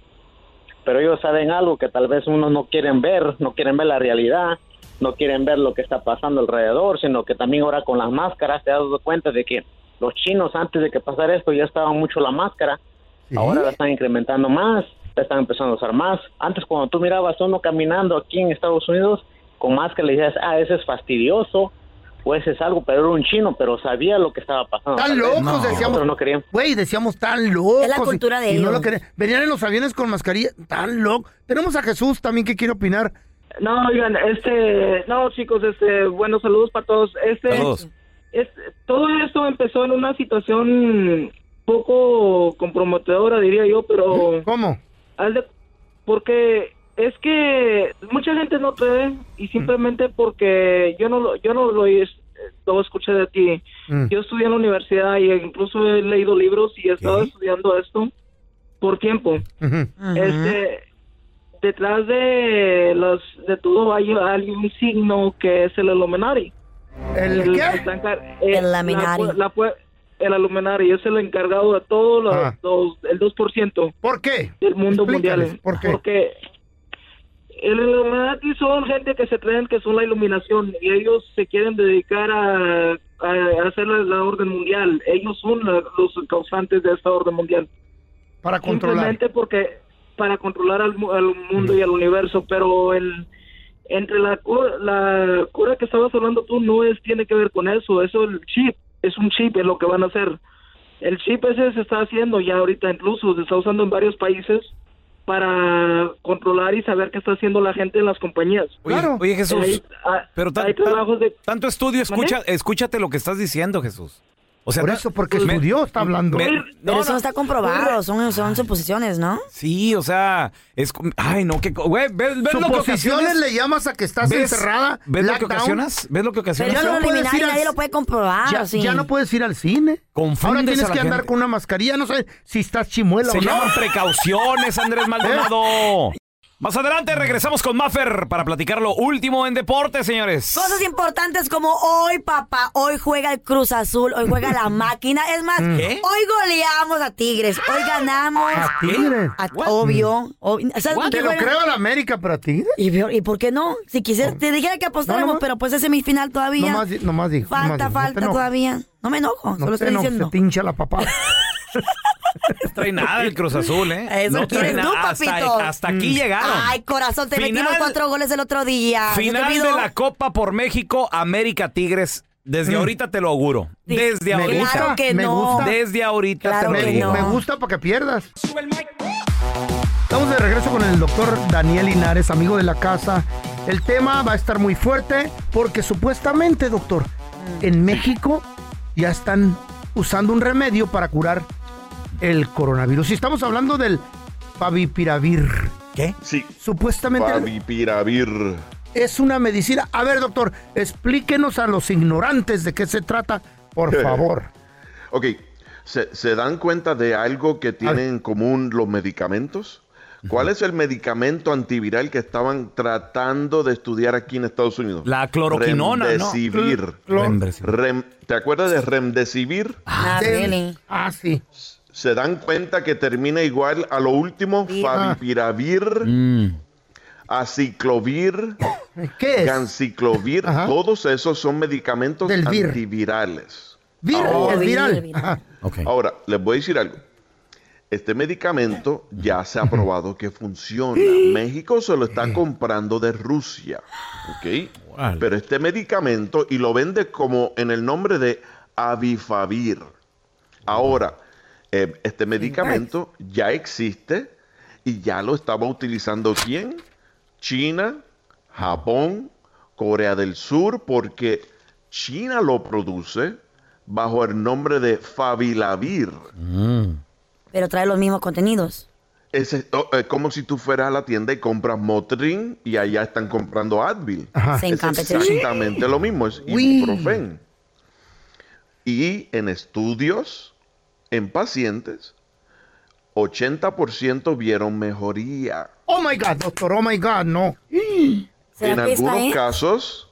S17: Pero ellos saben algo que tal vez uno no quieren ver, no quieren ver la realidad, no quieren ver lo que está pasando alrededor, sino que también ahora con las máscaras te has dado cuenta de que los chinos antes de que pasara esto ya estaban mucho la máscara, ahora la están incrementando más, la están empezando a usar más. Antes cuando tú mirabas a uno caminando aquí en Estados Unidos con máscara le decías, ah, ese es fastidioso, o ese es algo, pero era un chino, pero sabía lo que estaba pasando.
S3: Están
S17: Tal vez
S3: locos,
S17: nosotros
S3: decíamos.
S17: no querían.
S3: Güey, decíamos tan locos.
S17: Es la cultura
S3: y-
S17: de
S3: y no
S17: ellos.
S3: lo querían. Venían en los aviones con mascarilla, tan loco. Tenemos a Jesús también que quiere opinar.
S18: No, oigan, este, no, chicos, este, buenos saludos para todos. Este,
S2: Saludos.
S18: es- todo esto empezó en una situación poco comprometedora, diría yo, pero...
S3: ¿Cómo?
S18: porque es que mucha gente no cree y simplemente porque yo no, lo- yo no lo, es- lo escuché de ti.
S19: Mm.
S18: Yo estudié en la universidad y incluso he leído libros y he estado estudiando esto por tiempo.
S10: Mm.
S18: Este, detrás de los de todo hay, hay un signo que es el Illuminati.
S3: ¿El
S18: que
S3: qué?
S18: está encar-
S4: El
S18: eh,
S4: Illuminati.
S18: la pu- la pu- el Illuminati es el encargado de todo lo-
S3: Ah.
S18: los- el 2%.
S3: ¿Por qué?
S18: Del mundo mundial.
S3: Explícales, ¿por qué?
S18: Porque el Illuminati son gente que se creen que son la iluminación y ellos se quieren dedicar a, a hacer la, la orden mundial. Ellos son la- los causantes de esta orden mundial.
S3: Para controlar.
S18: Simplemente porque para controlar al, mu- al mundo y al universo, pero el, entre la, cu- la cura que estabas hablando tú no es tiene que ver con eso, eso el chip, es un chip, es lo que van a hacer. El chip ese se está haciendo ya ahorita incluso, se está usando en varios países para controlar y saber qué está haciendo la gente en las compañías.
S2: Oye, oye, Jesús,
S18: Ahí- ah,
S2: pero tan-
S18: hay
S2: tan-
S18: trabajos de...
S2: tanto estudio, escucha, escúchate lo que estás diciendo, Jesús. O sea,
S3: Por
S2: ta-
S3: eso, porque estudió, está hablando.
S2: me-
S4: Pero eso no está comprobado, son, son suposiciones, ¿no?
S2: sí, o sea, es co- ay, no, qué co- güey, ves, ves lo que
S3: Suposiciones
S2: ocasionas?
S3: le llamas a que estás
S2: ¿Ves-
S3: encerrada.
S2: ¿Ves lo que
S3: lockdown?
S2: ocasionas? ¿Ves lo que
S4: Pero
S2: ocasionas?
S4: eso lo
S3: puedes
S4: eliminar y
S3: ir al-
S4: nadie lo puede comprobar.
S3: Ya,
S4: sí.
S3: ya no puedes ir al cine. Ahora
S2: Confundes
S3: tienes
S2: a la
S3: que andar
S2: gente.
S3: con una mascarilla, no sé si estás chimuela
S2: Se
S3: o no. Eh.
S2: llaman precauciones, Andrés Maldonado. Más adelante regresamos con Maffer para platicar lo último en deporte, señores.
S4: Cosas importantes como hoy, papá, hoy juega el Cruz Azul, hoy juega la máquina. Es más,
S3: Mm.
S2: ¿Qué?
S4: hoy goleamos a Tigres, hoy
S3: Ah.
S4: ganamos.
S3: ¿A Tigres?
S4: A- obvio. obvio. ¿Sabes con
S3: Te
S4: quién
S3: lo
S4: juega?
S3: creo a la América, pero a Tigres.
S4: ¿Y, peor- ¿Y por qué no? Si quisiera, te dijera que apostáramos,
S3: No, nomás-
S4: pero pues es semifinal todavía.
S3: Nomás, di- nomás dijo.
S4: falta,
S3: nomás dijo. No te
S4: falta
S3: enojes.
S4: todavía. No me enojo,
S3: No
S4: solo
S3: te
S4: estoy
S3: enojes,
S4: diciendo.
S3: Se te hincha la papá.
S2: No trae nada el Cruz Azul, ¿eh?
S4: Eso
S2: no trae
S4: quieres tú,
S2: nada.
S4: papito.
S2: Hasta, hasta aquí
S4: Mm.
S2: llegaron.
S4: Ay, corazón, te
S2: Final-
S4: metimos cuatro goles el otro día. Se te
S2: Final de
S4: olvidó.
S2: la Copa por México, América Tigres. Desde ahorita te lo auguro.
S4: Mm. Sí.
S2: Desde
S4: Me
S2: ahorita.
S4: gusta, Claro que me no. gusta.
S2: Desde ahorita
S4: Claro
S2: te lo
S4: que
S2: auguro.
S4: no.
S3: Me gusta para que pierdas. Estamos de regreso con el doctor Daniel Linares, amigo de la casa. El tema va a estar muy fuerte porque supuestamente, doctor,
S4: Mm.
S3: en México ya están usando un remedio para curar el coronavirus. Y estamos hablando del favipiravir.
S2: ¿Qué?
S19: Sí.
S3: Supuestamente
S19: Favipiravir.
S3: es una medicina. A ver, doctor, explíquenos a los ignorantes de qué se trata, por favor.
S19: Ok, ¿Se, se dan cuenta de algo que tienen en común los medicamentos? ¿Cuál es el medicamento antiviral que estaban tratando de estudiar aquí en Estados Unidos?
S2: La cloroquinona, ¿no?
S19: Remdesivir.
S2: Cl- Remdesivir.
S19: Rem- ¿Te acuerdas de remdesivir?
S4: Ah, really.
S3: Ah, sí.
S19: se dan cuenta que termina igual a lo último, favipiravir, aciclovir,
S3: Mm. ¿Qué es?
S19: ganciclovir, todos esos son medicamentos
S3: Del vir.
S19: antivirales.
S3: Vir,
S19: Ahora-
S3: es Oh. viral. Ajá.
S19: Ahora, les voy a decir algo. Este medicamento ya se ha probado que funciona. México se lo está comprando de Rusia. ¿Ok? Pero este medicamento y lo vende como en el nombre de Avifavir. Ahora, eh, este medicamento ya existe y ya lo estaba utilizando quién? China, Japón, Corea del Sur, porque China lo produce bajo el nombre de Favilavir.
S4: Pero trae los mismos contenidos.
S19: Ese- o- es como si tú fueras a la tienda y compras Motrin y allá están comprando Advil.
S4: Se
S19: Es
S4: encanta ese-
S19: exactamente lo mismo, es
S4: Uy.
S19: ibuprofen. Y en estudios en pacientes, 80% vieron mejoría.
S3: Oh my God, doctor, oh my God, no.
S19: En
S3: ¿Será que esta
S19: algunos
S4: eh?
S3: es?
S19: casos,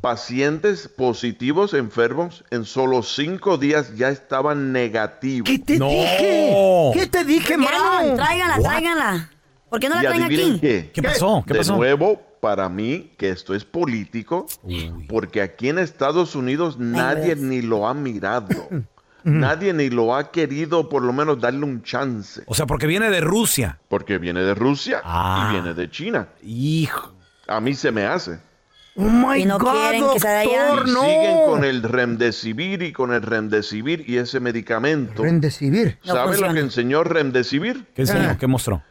S19: pacientes positivos enfermos en solo cinco días ya estaban negativos.
S3: ¿Qué te dije? ¿Qué te dije, mano?
S4: Traigan, tráiganla, tráiganla. ¿Por qué no la
S19: y
S4: traen
S19: adivinen
S4: aquí?
S19: qué.
S2: ¿Qué pasó? ¿Qué
S19: de
S2: pasó?
S19: nuevo, para mí, que esto es político, porque aquí en Estados Unidos nadie
S4: ves.
S19: ni lo ha mirado.
S2: Mm.
S19: nadie ni lo ha querido por lo menos darle un chance.
S2: O sea, porque viene de Rusia. Ah.
S19: Porque viene de Rusia y viene de China.
S2: Hijo.
S19: A mí se me hace.
S3: Oh my
S4: Y no
S3: God,
S4: quieren que se de allá.
S3: doctor,
S19: Y
S3: no.
S19: siguen con el remdesivir y con el remdesivir y ese medicamento.
S3: Remdesivir.
S4: No
S19: ¿Sabe lo
S4: funciona.
S19: que enseñó remdesivir?
S2: ¿Qué
S4: Ah.
S2: enseñó? ¿Qué mostró?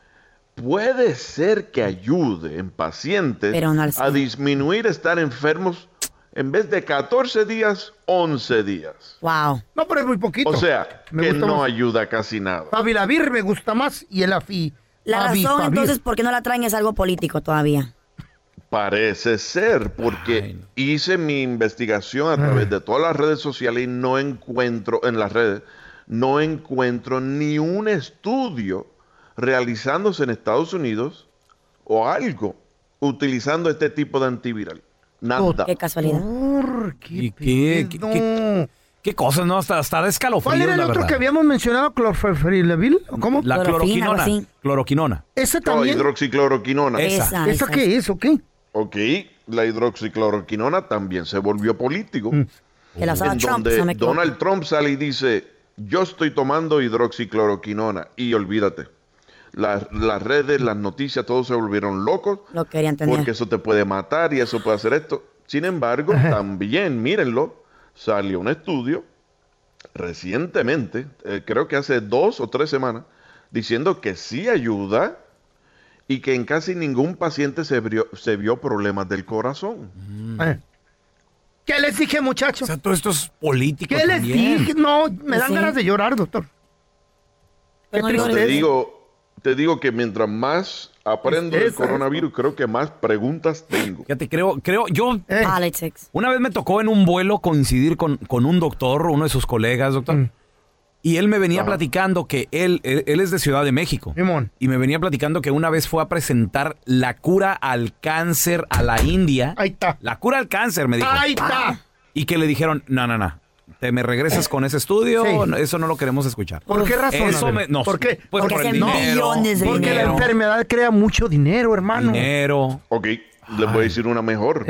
S19: Puede ser que ayude en pacientes
S4: Pero no al
S19: a
S4: cien.
S19: disminuir estar enfermos en vez de 14 días, 11 días.
S4: Wow.
S3: No, pero es muy poquito.
S19: O sea,
S3: Me
S19: que
S3: gusta
S19: no
S3: más.
S19: ayuda casi nada.
S3: Favilavir me gusta más y el afi.
S4: La razón
S3: Fabifavir.
S4: entonces por qué no la traen es algo político todavía.
S19: Parece ser, porque hice mi investigación a
S2: Ah.
S19: través de todas las redes sociales y no encuentro, en las redes, no encuentro ni un estudio realizándose en Estados Unidos o algo utilizando este tipo de antiviral. Nada.
S4: Qué
S3: Mm.
S4: casualidad.
S2: ¿Y qué, qué, qué- qué cosas, no? Hasta, hasta da escalofríos,
S3: ¿Cuál era el
S2: la
S3: otro
S2: verdad.
S3: que habíamos mencionado? ¿Clorferilevil? ¿Cómo?
S2: La cloroquinona. Cloroquinona.
S3: Esa también.
S19: hidroxicloroquinona.
S3: ¿Esa, qué es o qué?
S19: Ok, la hidroxicloroquinona también se volvió político.
S4: Mm. Que la usaba
S19: en
S4: Trump,
S19: donde
S4: si no me equivoco.
S19: Donald Trump sale y dice, yo estoy tomando hidroxicloroquinona. Y olvídate, las, las redes, las noticias, todos se volvieron locos
S4: Lo quería entender.
S19: porque eso te puede matar y eso puede hacer esto. Sin embargo, también, mírenlo, salió un estudio recientemente, eh, creo que hace dos o tres semanas, diciendo que sí ayuda y que en casi ningún paciente se vio, se vio problemas del corazón.
S2: Mm.
S3: ¿Qué les dije, muchachos? O sea,
S2: todo esto es político
S3: ¿Qué les
S2: también.
S3: dije? No, me dan
S2: Sí.
S3: ganas de llorar, doctor. Qué
S19: Pero
S3: tristeza.
S19: te digo, te digo que mientras más aprendo del
S2: Tristeza.
S19: coronavirus, creo que más preguntas tengo.
S2: Fíjate, creo, creo, yo.
S3: Eh,
S2: Una vez me tocó en un vuelo coincidir con, con un doctor, uno de sus colegas, doctor.
S3: Mm.
S2: Y él me venía platicando que él, él, él es de Ciudad de México. Y me venía platicando que una vez fue a presentar la cura al cáncer a la India. Ahí está. La cura al cáncer, me dijo.
S3: Ahí está.
S2: Y que le dijeron, no, no, no. Te me regresas con ese estudio,
S3: Sí.
S2: no, eso no lo queremos escuchar.
S3: ¿Por qué razón?
S2: Eso me-
S3: Andrés?
S2: no,
S3: ¿Por qué?
S2: Pues por el dinero.
S3: Porque la
S2: dinero.
S3: enfermedad crea mucho dinero, hermano.
S2: Dinero.
S19: Ok, les voy a decir una mejor.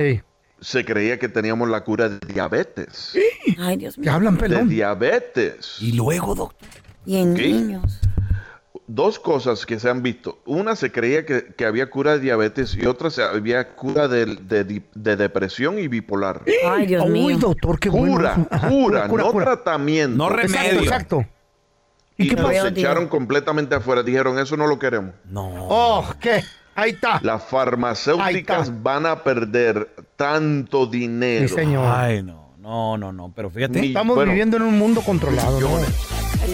S19: Se creía que teníamos la cura de diabetes.
S4: Ay, Dios mío.
S3: Que hablan
S19: De
S3: pelón.
S19: diabetes.
S2: Y luego, doctor.
S4: Y en
S19: ¿Qué?
S4: niños.
S19: Dos cosas que se han visto. Una se creía que, que había cura de diabetes y otra se había cura de, de di- de depresión y bipolar.
S4: Ay, Dios
S3: Uy,
S4: mío.
S3: doctor, qué bueno.
S19: Cura,
S3: Ajá,
S19: cura, no tratamiento.
S2: No
S3: Exacto, remedio. exacto.
S19: Y,
S3: qué
S19: nos
S3: pasó?
S19: echaron completamente afuera. Dijeron, eso no lo queremos.
S2: No.
S3: Oh, ¿qué? Ahí está.
S19: Las farmacéuticas van a perder tanto dinero.
S3: Sí, señor.
S2: Ay, no, no, no, no. Pero fíjate.
S3: Estamos viviendo en un mundo controlado. ¿no?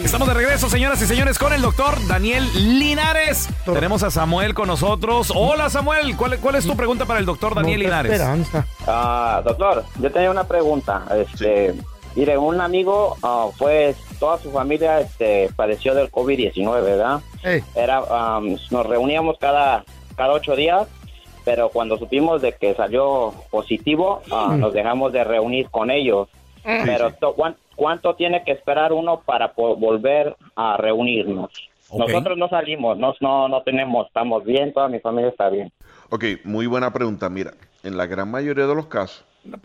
S2: Estamos de regreso, señoras y señores, con el doctor Daniel Linares. Tenemos a Samuel con nosotros. Hola, Samuel. ¿Cuál, cuál es tu pregunta para el doctor Daniel Linares?
S17: Ah, doctor, yo tenía una pregunta. Este, Mire, un amigo, ah, pues toda su familia este, padeció del COVID-19, ¿verdad?
S3: Eh,
S17: Era, am, nos reuníamos cada, cada ocho días, pero cuando supimos de que salió positivo, ah,
S20: Mm.
S17: nos dejamos de reunir con ellos.
S10: Mm.
S17: Pero to- ¿cuán- ¿cuánto tiene que esperar uno para po- volver a reunirnos? Nosotros no salimos, no, no, no tenemos, estamos bien, toda mi familia está bien.
S19: Ok, muy buena pregunta. Mira, en la gran mayoría de los casos,
S3: la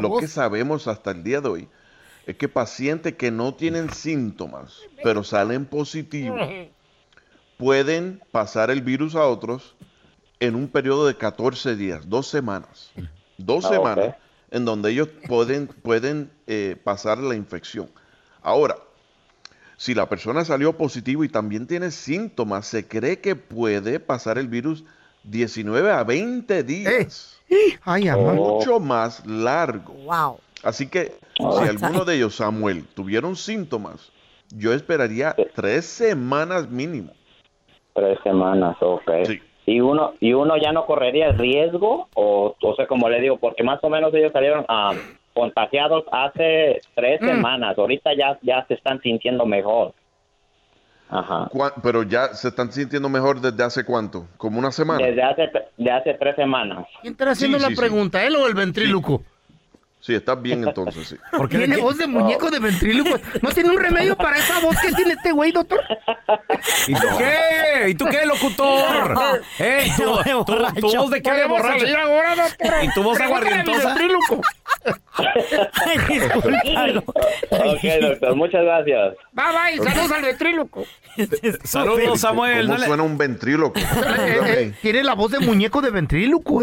S19: lo
S3: voz.
S19: que sabemos hasta el día de hoy es que pacientes que no tienen síntomas, pero salen positivos, pueden pasar el virus a otros en un periodo de 14 días, dos semanas. Dos
S17: Ah, ok.
S19: semanas en donde ellos pueden, pueden eh, pasar la infección. Ahora, si la persona salió positivo y también tiene síntomas, se cree que puede pasar el virus 19 a 20 días.
S3: Ay, amor.
S19: Mucho más largo.
S4: Wow.
S19: Así que
S4: Oh,
S19: si
S4: está-
S19: alguno de ellos, Samuel, tuvieron síntomas, yo esperaría tres semanas mínimo.
S17: Tres semanas, ok. Y uno y uno ya no correría el riesgo, o, o sea, como le digo, porque más o menos ellos salieron ah, contagiados hace tres semanas. Ahorita ya, ya se están sintiendo mejor.
S19: Cua- Pero ya se están sintiendo mejor desde hace cuánto? ¿Como una semana?
S17: Desde hace, tre- de hace tres semanas.
S3: ¿Quién está haciendo
S19: Sí,
S3: la
S19: sí, sí.
S3: pregunta, eh? él o el ventríluco?
S19: Sí, estás bien entonces, sí.
S3: Tiene voz de muñeco de ventríluco. ¿No tiene un remedio para esa voz que tiene este güey, doctor?
S2: ¿Y tú qué? ¿Y tú qué, locutor? ¿Eh? ¿Y ¿Tu, tu- tu voz de qué de
S3: Podemos
S2: borracho?
S3: salir ahora, doctor.
S2: ¿Y tu voz
S3: Pregúntale al
S2: aguardientosa?
S3: ventríloco.
S17: ok, doctor, muchas gracias.
S3: Bye, bye. Saludos al ventríloco.
S2: Saludos, Samuel.
S19: ¿Cómo
S2: Dale.
S19: suena un ventríloco?
S3: Eh, eh, tiene la voz de muñeco de ventríloco,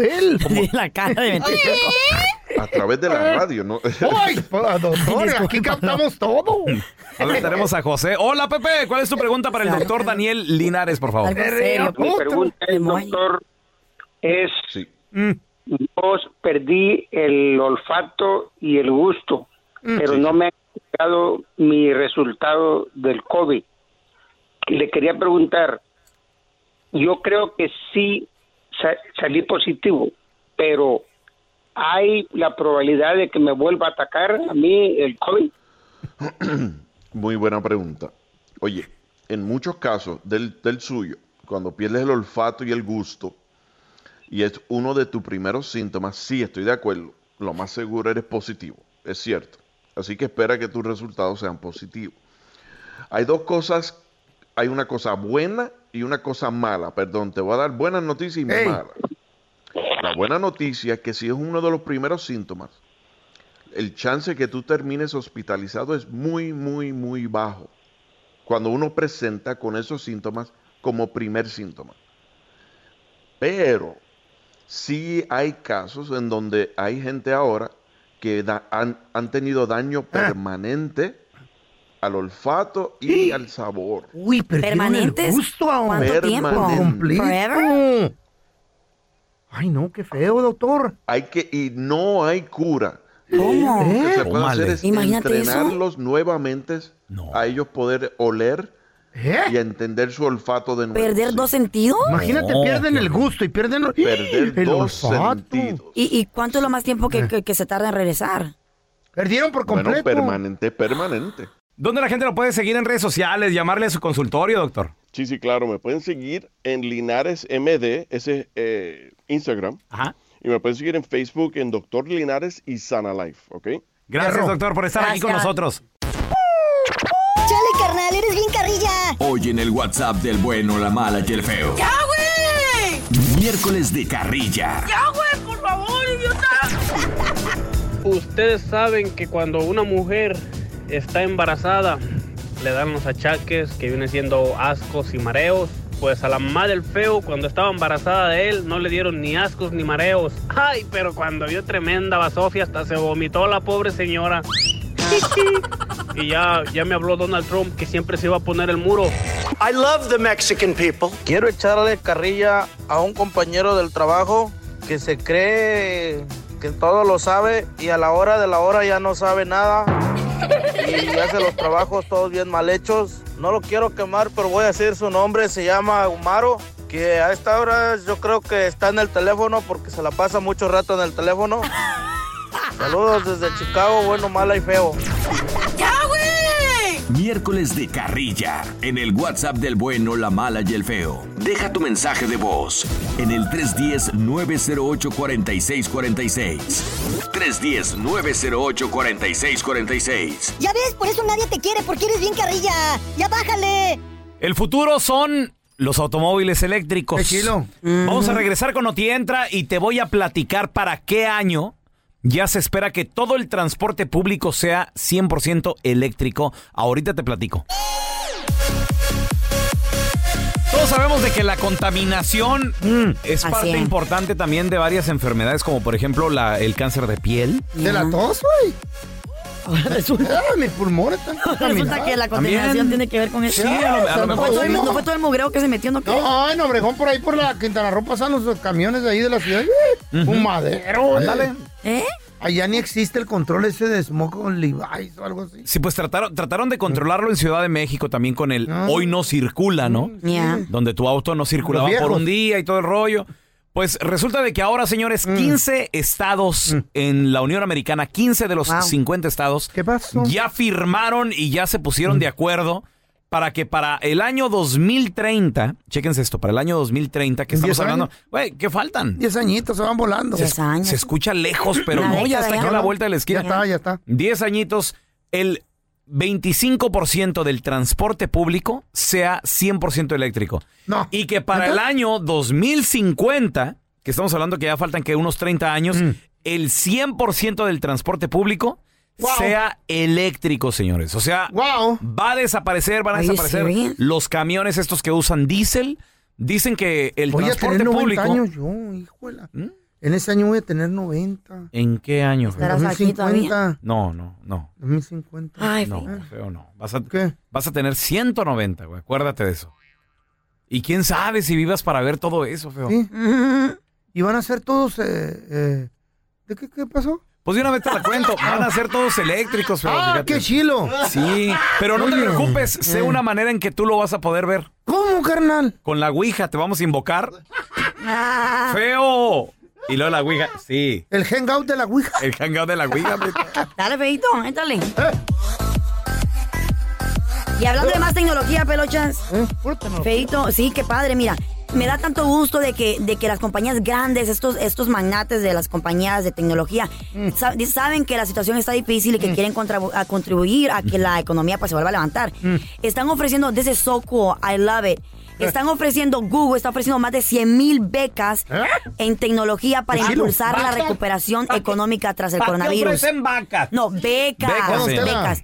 S3: él. Tiene
S4: la cara de ventríloco.
S19: A través de
S3: Ah.
S19: la radio, ¿no?
S3: ¡Ay, pa- doctor! Aquí captamos todo.
S2: A ver, tenemos a José. Hola, Pepe. ¿Cuál es tu pregunta para el doctor Daniel Linares, por favor?
S20: Mi pregunta es, doctor, es, yo perdí el olfato y el gusto, pero no me ha dado mi resultado del COVID. Le quería preguntar, yo creo que sí sa- salí positivo, pero ¿hay la probabilidad de que me vuelva a atacar a mí el COVID?
S19: Muy buena pregunta. Oye, en muchos casos del, del suyo, cuando pierdes el olfato y el gusto, y es uno de tus primeros síntomas, sí, estoy de acuerdo, lo más seguro eres positivo, es cierto. Así que espera que tus resultados sean positivos. Hay dos cosas, hay una cosa buena y una cosa mala, perdón, te voy a dar buenas noticias y malas. La buena noticia es que si es uno de los primeros síntomas, el chance que tú termines hospitalizado es muy, muy, muy bajo. Cuando uno presenta con esos síntomas como primer síntoma. Pero sí hay casos en donde hay gente ahora que da- han, han tenido daño permanente al olfato y al sabor.
S3: Uy,
S4: ¿Permanentes? ¿Cuánto tiempo?
S19: Permanente.
S4: ¿Forever?
S3: Ay, no, qué feo, doctor.
S19: Hay que, y no hay cura.
S4: ¿Cómo?
S19: Lo que se puede
S3: Tómale.
S19: hacer es
S4: Imagínate
S19: entrenarlos nuevamente a ellos poder oler
S3: ¿Eh?
S19: y a entender su olfato de nuevo.
S4: ¿Perder dos sentidos?
S19: Imagínate, No, pierden qué el
S3: gusto y pierden
S19: Perder dos sentidos.
S4: ¿Y, y cuánto es lo más tiempo que, que- que se tarda en regresar?
S3: Eh. Perdieron por
S19: Bueno, permanente, permanente.
S2: ¿Dónde la gente lo puede seguir en redes sociales? Llamarle a su consultorio, doctor.
S19: Sí, sí, claro. Me pueden seguir en Linares MD, ese es eh, Instagram. Y me pueden seguir en Facebook en Doctor Linares y Sana Life, ¿ok?
S2: Gracias, doctor, por estar aquí con
S10: Gracias.
S2: nosotros.
S10: Chale, carnal, eres bien carrilla.
S1: Hoy en el WhatsApp del bueno, la mala y el feo.
S10: ¡Ya, güey!
S1: Miércoles de carrilla.
S21: ¡Ya, güey! ¡Por favor, idiota!
S22: Ustedes saben que cuando una mujer está embarazada, le dan los achaques que vienen siendo ascos y mareos. Pues a la madre del feo, cuando estaba embarazada de él, no le dieron ni ascos ni mareos. Ay, pero cuando vio tremenda basofia, hasta se vomitó la pobre señora. y ya, ya me habló Donald Trump que siempre se iba a poner el muro.
S23: I love the Mexican people. Quiero echarle carrilla a un compañero del trabajo que se cree que todo lo sabe y a la hora de la hora ya no sabe nada y hace los trabajos todos bien mal hechos. No lo quiero quemar, pero voy a decir su nombre, se llama Umaro, que a esta hora yo creo que está en el teléfono porque se la pasa mucho rato en el teléfono. Saludos desde Chicago, bueno, mala y feo.
S21: ¡Ya, güey!
S1: Miércoles de carrilla. En el WhatsApp del bueno, la mala y el feo. Deja tu mensaje de voz en el 310-908-4646. 310-908-4646.
S10: Ya ves, por eso nadie te quiere, porque eres bien carrilla. Ya bájale.
S2: El futuro son los automóviles eléctricos. Vamos a regresar con Noti Entra y te voy a platicar para qué año ya se espera que todo el transporte público sea 100% eléctrico. Ahorita te platico. Todos sabemos de que la contaminación es
S3: Mm. así
S2: parte
S3: es.
S2: importante también de varias enfermedades, como por ejemplo la- el cáncer de piel.
S3: De la tos, güey. Resulta. mis pulmones están
S4: Resulta
S3: contaminados.
S4: que la contaminación tiene que ver con eso.
S3: Sí, a lo- a lo
S4: ¿No
S3: mejor
S4: fue todo el-
S3: uno.
S4: ¿No fue todo el mugreo que se metió? ¿No crees?
S3: No, en Obregón, por ahí por la Quintana Roo pasan los camiones de ahí de la ciudad. güey. Un madero. güey.
S2: Ándale.
S4: ¿Eh?
S3: Allá ni existe el control ese de smoke con Levi's o algo así.
S2: Sí, pues trataron, trataron de controlarlo en Ciudad de México también con el
S3: Ah.
S2: hoy no circula, ¿no?
S4: Ya.
S2: Donde tu auto no circulaba
S3: Mm, Los viejos.
S2: por un día y todo el rollo. Pues resulta de que ahora, señores,
S3: Mm.
S2: 15 estados en la Unión Americana, 15 de los
S3: Wow.
S2: 50 estados, ya firmaron y ya se pusieron
S3: Mm.
S2: de acuerdo para que para el año 2030, chéquense esto, para el año 2030, que estamos
S3: ¿Diez
S2: hablando,
S3: años?
S2: güey, ¿qué faltan?
S3: Diez añitos se van volando.
S2: Se, es- se escucha lejos, pero
S3: La
S2: no, ya
S3: década
S2: está
S3: ya.
S2: aquí a la vuelta de la esquina.
S3: Ya está, ya está.
S2: 10 añitos, el 25% del transporte público sea 100% eléctrico. Y que para el año 2050, que estamos hablando que ya faltan que unos 30 años,
S3: Mm.
S2: el 100% del transporte público sea eléctrico, señores. O sea, va a desaparecer, van a
S3: Are you
S2: desaparecer
S3: serious?
S2: los camiones estos que usan diésel. Dicen que el
S3: Voy a
S2: transporte
S3: tener 90
S2: público... ¿Mm?
S3: años yo, híjola. En ese año voy a tener 90.
S2: ¿En qué año?
S3: ¿Estarás aquí todavía?
S2: No, no, no.
S3: 2050.
S2: Ay, No, feo. feo no. Vas a, vas a tener 190, güey. Acuérdate de eso. Y quién sabe si vivas para ver todo eso, feo.
S3: Sí. Y van a ser todos. eh, eh, ¿De qué, qué pasó?
S2: Pues de una vez te la cuento. Van a ser todos eléctricos, feo.
S3: ¡Ah,
S2: fíjate.
S3: qué chilo!
S2: Sí. Pero no te
S3: Oye.
S2: preocupes. Sé
S3: Eh.
S2: una manera en que tú lo vas a poder ver.
S3: ¿Cómo, carnal?
S2: Con la Ouija te vamos a invocar. ¡Feo! Y luego la Ouija. Sí.
S3: El hangout de la Ouija.
S2: El hangout de la Ouija, hombre.
S4: Dale, feito, éntale. Y hablando de más tecnología, pelochas. Feito, sí, qué padre, mira. Me da tanto gusto de que, de que las compañías grandes, estos, estos magnates de las compañías de tecnología, sa- di- saben que la situación está difícil y que quieren contra- a contribuir a que la economía pues, se vuelva a levantar. Están ofreciendo, desde Soco, I love it. Están ofreciendo, Google está ofreciendo más de 100 mil becas en tecnología para
S5: ¿Eh? Chilo.
S4: impulsar la
S5: Vaca.
S4: recuperación económica tras el
S5: ¿Para qué
S4: coronavirus.
S5: ofrecen vacas?
S4: No, becas.
S5: Becas, ¿eh?
S4: Becas.
S5: señora.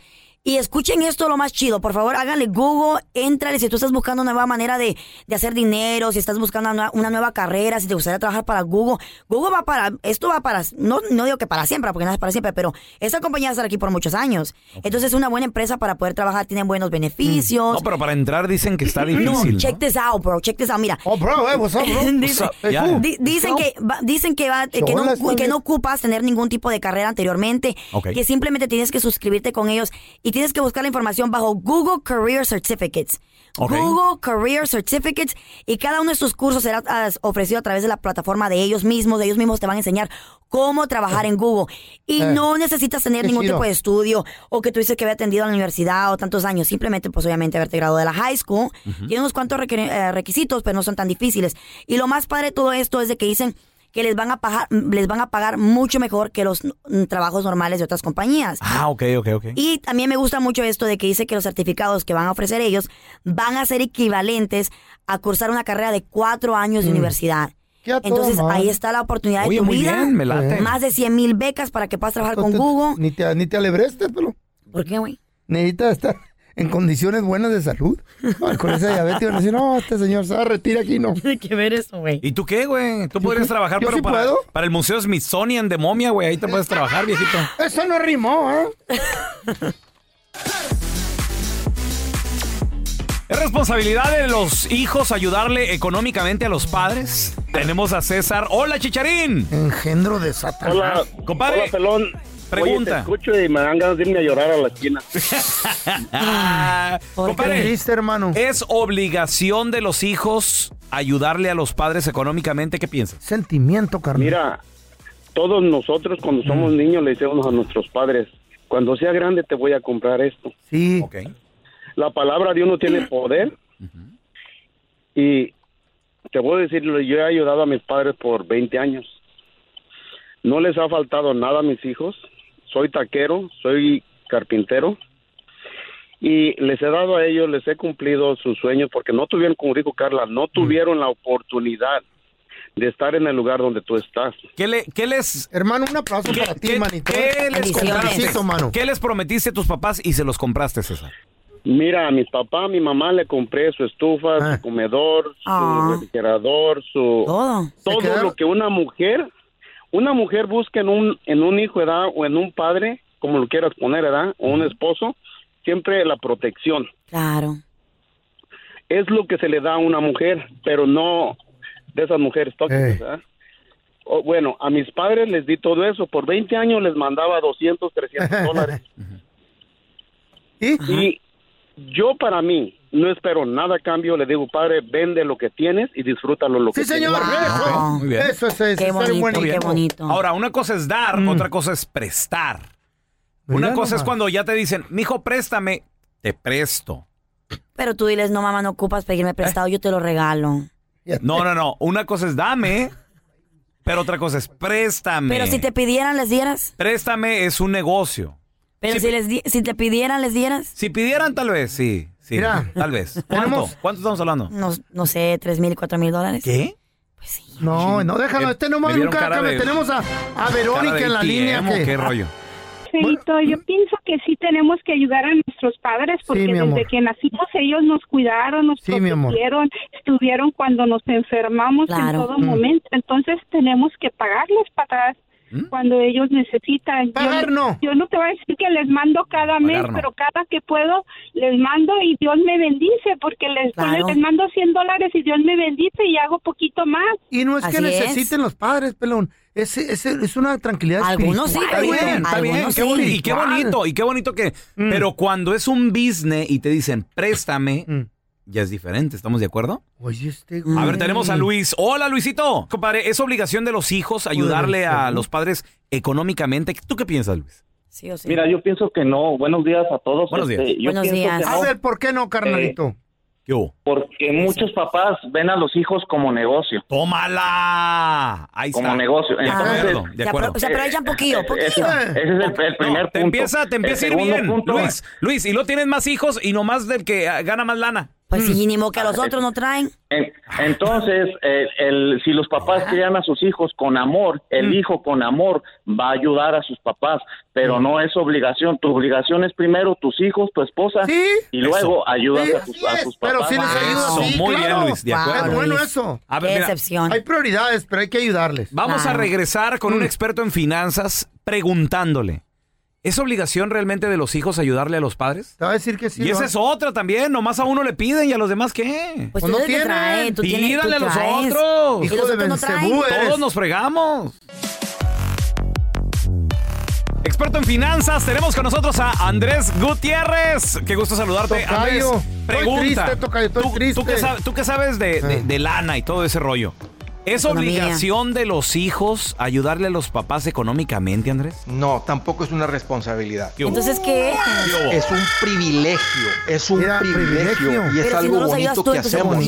S4: Y escuchen esto lo más chido, por favor, háganle Google, entrale si tú estás buscando una nueva manera de, de hacer dinero, si estás buscando una, nueva- una nueva carrera, si te gustaría trabajar para Google. Google va para, esto va para, no, no digo que para siempre, porque nada es para siempre, pero esta compañía va a estar aquí por muchos años. Entonces es una buena empresa para poder trabajar, tienen buenos beneficios.
S2: No, pero para entrar dicen que está difícil.
S4: No,
S2: ¿no?
S4: check this out, bro. Check this out. Mira.
S3: Oh, bro, eh, what's up, bro?
S2: What's
S4: Dice-
S2: up? Yeah.
S4: di- Dicen que va- dicen que va eh, que no
S2: Hola,
S4: ocu- que
S2: Stanley.
S4: no ocupas tener ningún tipo de carrera anteriormente,
S2: Ok.
S4: que simplemente tienes que suscribirte con ellos y tienes que buscar la información bajo Google Career Certificates.
S6: Ok.
S4: Google Career Certificates y cada uno de sus cursos será ah, ofrecido a través de la plataforma de ellos mismos. Ellos mismos te van a enseñar cómo trabajar en Google. Y
S6: Eh,
S4: no necesitas tener
S6: qué
S4: ningún
S6: chido.
S4: tipo de estudio o que tú dices que había atendido a la universidad o tantos años. Simplemente, pues obviamente, haberte graduado de la high school.
S6: Ujú.
S4: Tiene unos cuantos requer- eh, requisitos, pero no son tan difíciles. Y lo más padre de todo esto es de que dicen que les van a pagar, les van a pagar mucho mejor que los mm, trabajos normales de otras compañías.
S2: Ah, ok, ok, ok.
S4: Y también me gusta mucho esto de que dice que los certificados que van a ofrecer ellos van a ser equivalentes a cursar una carrera de cuatro años de
S3: Mm.
S4: universidad.
S3: a toda
S4: Entonces
S3: madre.
S4: ahí está la oportunidad de
S3: Oye,
S4: tu
S3: muy
S4: vida.
S3: bien, me late.
S4: Más de 100 mil becas para que puedas trabajar con
S3: Te-
S4: Google.
S3: Ni te, ni te alebraste, pero.
S4: ¿Por qué, güey?
S3: Necesitas estar en condiciones buenas de salud. Ay, con esa diabetes van a decir, no, este señor se va a retirar aquí, no.
S4: Tiene que ver eso, güey.
S2: ¿Y tú qué, güey? Tú podrías trabajar,
S3: yo
S2: pero
S3: sí
S2: para,
S3: puedo.
S2: para el Museo Smithsonian de Momia, güey. Ahí te puedes trabajar, viejito.
S3: Eso no rimó, ¿eh?
S2: ¿Es responsabilidad de los hijos ayudarle económicamente a los padres? Tenemos a César. ¡Hola, Chicharín!
S3: Engendro de Satanás.
S2: Hola, compadre.
S7: Hola, pelón.
S2: Pregunta.
S7: Oye, te escucho y me dan ganas de irme a llorar a la esquina.
S2: Ah, compadre,
S3: dijiste, hermano?
S2: ¿Es obligación de los hijos ayudarle a los padres económicamente? ¿Qué piensas?
S3: Sentimiento, carnal.
S7: Mira, todos nosotros cuando somos niños le decimos a nuestros padres, cuando sea grande te voy a comprar esto.
S3: Sí.
S7: La palabra de uno tiene poder y te voy a decir, yo he ayudado a mis padres por 20 años. No les ha faltado nada a mis hijos. Soy taquero, soy carpintero y les he dado a ellos, les he cumplido sus sueños porque no tuvieron, como dijo Carla, no tuvieron la oportunidad de estar en el lugar donde tú estás.
S2: ¿Qué, le, qué les...
S3: Hermano, un aplauso para ti, ¿eh? manito.
S2: ¿Qué les
S3: Bendiciones.
S2: compraste?
S3: Felicito, mano.
S2: ¿Qué les prometiste a tus papás y se los compraste, César?
S7: Mira, a mi papá, a mi mamá le compré su estufa, su comedor, su
S2: Ah.
S7: refrigerador, su
S4: todo,
S7: lo que una mujer, una mujer busca en un en un hijo, edad o en un padre, como lo quieras poner, edad, o un esposo, siempre la protección.
S4: Claro.
S7: Es lo que se le da a una mujer, pero no de esas mujeres tóxicas, ¿verdad? O, bueno, a mis padres les di todo eso. Por 20 años les mandaba 200, 300 dólares. Y yo para mí no espero nada a cambio. Le digo, padre, vende lo que tienes y disfrútalo lo
S3: Sí,
S7: que
S3: señor.
S7: tienes.
S3: Eso,
S2: muy bien.
S3: eso es, eso,
S7: Qué
S3: ser
S7: bonito, Mm.
S3: buen
S2: Muy bien.
S3: hijo.
S2: Ahora, una cosa es dar, otra cosa es prestar. una
S4: Mira
S2: cosa es
S4: nomás.
S2: cuando ya te dicen, mijo, préstame, te presto.
S4: Pero tú diles, no, mamá, no ocupas
S3: Eh.
S4: pedirme prestado, yo te lo regalo.
S2: No, no, no. Una cosa es dame, pero otra cosa es préstame.
S4: Pero si te pidieran, les dieras.
S2: Préstame es un negocio.
S4: Pero si, les di- si te pidieran, les dieras.
S2: Si pidieran, tal vez, sí. sí
S4: Mira.
S2: tal vez. ¿Cuánto? ¿Cuánto estamos hablando?
S4: No, no sé, tres mil, cuatro mil dólares.
S2: ¿Pues
S4: sí.
S3: No, no, déjalo. Este no
S2: me
S3: más
S2: vieron
S3: nunca
S2: cara
S3: acabe.
S2: de-
S3: Tenemos a, a Verónica en la línea. que-
S2: ¿Qué rollo?
S8: Feito, yo pienso que sí tenemos que ayudar a nuestros padres porque
S3: mi amor.
S8: desde que nacimos ellos nos cuidaron, nos
S3: Sí, mi amor.
S8: protegieron, estuvieron cuando nos enfermamos en
S3: Claro.
S8: todo
S3: Mm.
S8: momento. Entonces tenemos que pagarles para atrás
S3: ¿Mm?
S8: cuando ellos necesitan.
S3: Pagar
S8: yo, no. Yo no te voy a decir que les mando cada mes,
S3: Pagar no.
S8: pero cada que puedo les mando y Dios me bendice porque les, pues,
S3: Claro.
S8: les mando 100 dólares y Dios me bendice y hago poquito más.
S3: Y no es que necesiten los padres, pelón. Es, es, es una tranquilidad
S8: Algunos sí,
S3: espiritual.
S8: pero-
S2: Bien, está bien, qué bonito, y qué bonito, y qué bonito que...
S3: Mm.
S2: Pero cuando es un business y te dicen, préstame, ya es diferente, ¿estamos de acuerdo?
S3: Mm. Oye, este güey.
S2: A ver, tenemos a Luis. Hola, Luisito. Compadre, ¿es obligación de los hijos ayudarle a los padres económicamente? ¿Tú qué piensas, Luis?
S4: Sí o sí.
S7: Mira, yo pienso que no. Buenos días a todos.
S2: Buenos
S9: Este,
S2: días.
S7: yo pienso que
S3: A
S7: no.
S3: ver, ¿por qué no, carnalito?
S7: Porque muchos papás ven a los hijos como negocio.
S2: ¡Tómala! Ahí
S7: como
S2: está.
S7: negocio.
S2: De acuerdo,
S7: Entonces,
S2: de acuerdo. Se apro- se aprovechan poquillo,
S7: Ese-
S2: poquillo.
S7: eh, Ese, es- ese es el, el primer punto.
S2: Te empieza, te
S7: El
S2: empieza a ir
S7: segundo
S2: bien,
S7: punto- eh.
S2: Luis. Luis, y lo tienes más hijos y nomás del que ah, gana más lana.
S4: Pues sí, ni modo que a los otros no traen.
S17: En- Entonces, eh, el- si los papás crían a sus hijos con amor, el
S3: Mm.
S17: hijo con amor va a ayudar a sus papás, pero
S3: Mm.
S17: no es obligación. Tu obligación es primero tus hijos, tu esposa, y luego
S3: Eso.
S17: ayudas
S3: Sí,
S17: a, tus, a
S3: así
S17: tus
S3: es, Pero
S17: papás.
S3: sí les ayuda,
S2: Ah, Eso,
S3: sí,
S2: muy bien,
S3: claro.
S2: Luis, de acuerdo.
S3: Es bueno
S2: Luis.
S3: eso.
S2: A ver, Qué mira. excepción.
S3: Hay prioridades, pero hay que ayudarles. Mm.
S2: Vamos a regresar con un experto en finanzas preguntándole. ¿Es obligación realmente de los hijos ayudarle a los padres?
S3: Te va a decir que sí.
S2: y
S3: lo
S2: esa
S3: va-
S2: es otra también, nomás a uno le piden y a los demás qué.
S4: Pues tú eres el que trae, tú tienes-
S2: Pídale
S4: tú
S2: a los
S4: traes.
S2: otros.
S4: Y los Hijo de otros no traen. Belcebú eres.
S2: Todos nos fregamos. Experto en finanzas, tenemos con nosotros a Andrés Gutiérrez. Qué gusto saludarte, Andrés.
S3: Tocayo,
S2: Pregunta.
S3: Estoy triste, tocayo, estoy triste.
S2: ¿Tú qué, sab- tú qué sabes de, de- de lana y todo ese rollo? ¿Es
S6: Economía.
S2: obligación de los hijos ayudarle a los papás económicamente, Andrés?
S6: No, tampoco es una responsabilidad.
S4: Entonces, ¿qué es?
S6: Es un privilegio, es un
S4: Mira,
S6: privilegio,
S4: privilegio.
S6: y es
S4: Pero si
S6: algo
S4: no los ayudas
S6: bonito
S4: tú,
S6: que
S4: entonces,
S6: hacemos.
S4: ¿cómo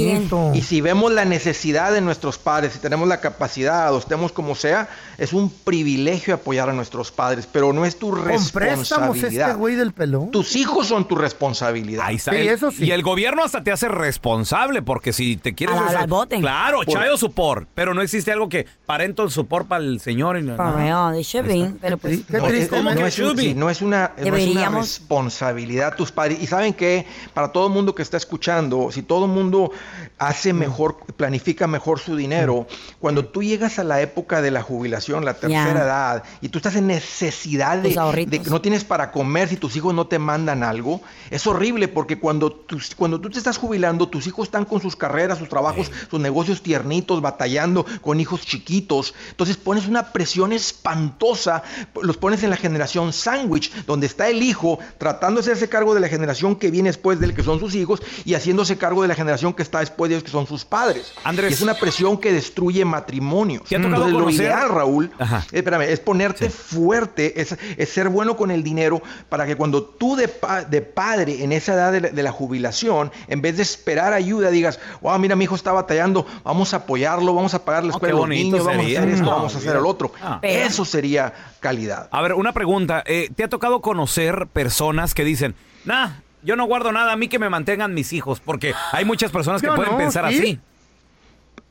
S4: quién?
S6: Y si vemos la necesidad de nuestros padres, si tenemos la capacidad o estemos como sea, es un privilegio apoyar a nuestros padres, pero no es tu
S3: Con préstamos este
S6: responsabilidad.
S3: güey del pelón.
S6: Tus hijos son tu responsabilidad.
S2: Ahí está. El- Y el gobierno hasta te hace responsable, porque si te quieres...
S6: A la-
S2: hacer-
S6: al bote.
S2: Claro,
S6: Por-
S2: chayo supor, pero no existe algo que parental supor para el señor. y no-
S4: For
S2: no.
S4: real, they should be, pero pues...
S6: No, es-
S2: ¿Cómo
S6: no
S2: que
S6: es, un-
S2: should be?
S6: sí, no es una, no es una
S4: Deberíamos.
S6: responsabilidad tus padres. Y saben que para todo el mundo que está escuchando, si todo el mundo hace mejor, planifica mejor su dinero, cuando tú llegas a la época de la jubilación, la tercera
S11: Ya.
S6: edad, y tú estás en necesidad de,
S11: Tus ahorritos.
S6: de que no tienes para comer si tus hijos no te mandan algo, es horrible porque cuando, tus- cuando tú te estás jubilando, tus hijos están con sus carreras, sus trabajos, sus negocios tiernitos, batallando con hijos chiquitos. Entonces pones una presión espantosa, los pones en la generación sándwich, donde está el hijo tratando de hacerse cargo de la generación que viene después de él, que son sus hijos, y haciéndose cargo de la generación que está después de ellos, que son sus padres. Y es una presión que destruye matrimonios.
S2: ha
S1: Mm.
S2: tocado
S6: Entonces, lo
S2: conocer-
S6: ideal, Raúl,
S2: Ajá.
S6: eh, espérame, es ponerte fuerte, es, es ser bueno con el dinero para que cuando tú de, pa- de padre en esa edad de la, de la jubilación, en vez de esperar ayuda, digas, wow, mira, mi hijo está batallando, vamos a apoyarlo, vamos a pagar la
S2: Oh,
S6: escuela
S2: qué
S6: de los
S2: bonito
S6: niños, vamos
S2: sería.
S6: a hacer esto,
S2: No,
S6: vamos a hacer
S2: mira.
S6: el otro.
S2: Ah. Pero-
S6: Eso sería calidad.
S2: A ver, una pregunta. eh, ¿Te ha tocado conocer personas que dicen, nah, yo no guardo nada, a mí que me mantengan mis hijos? Porque hay muchas personas que
S6: Yo
S2: pueden
S6: no,
S2: pensar
S6: ¿sí?
S2: así.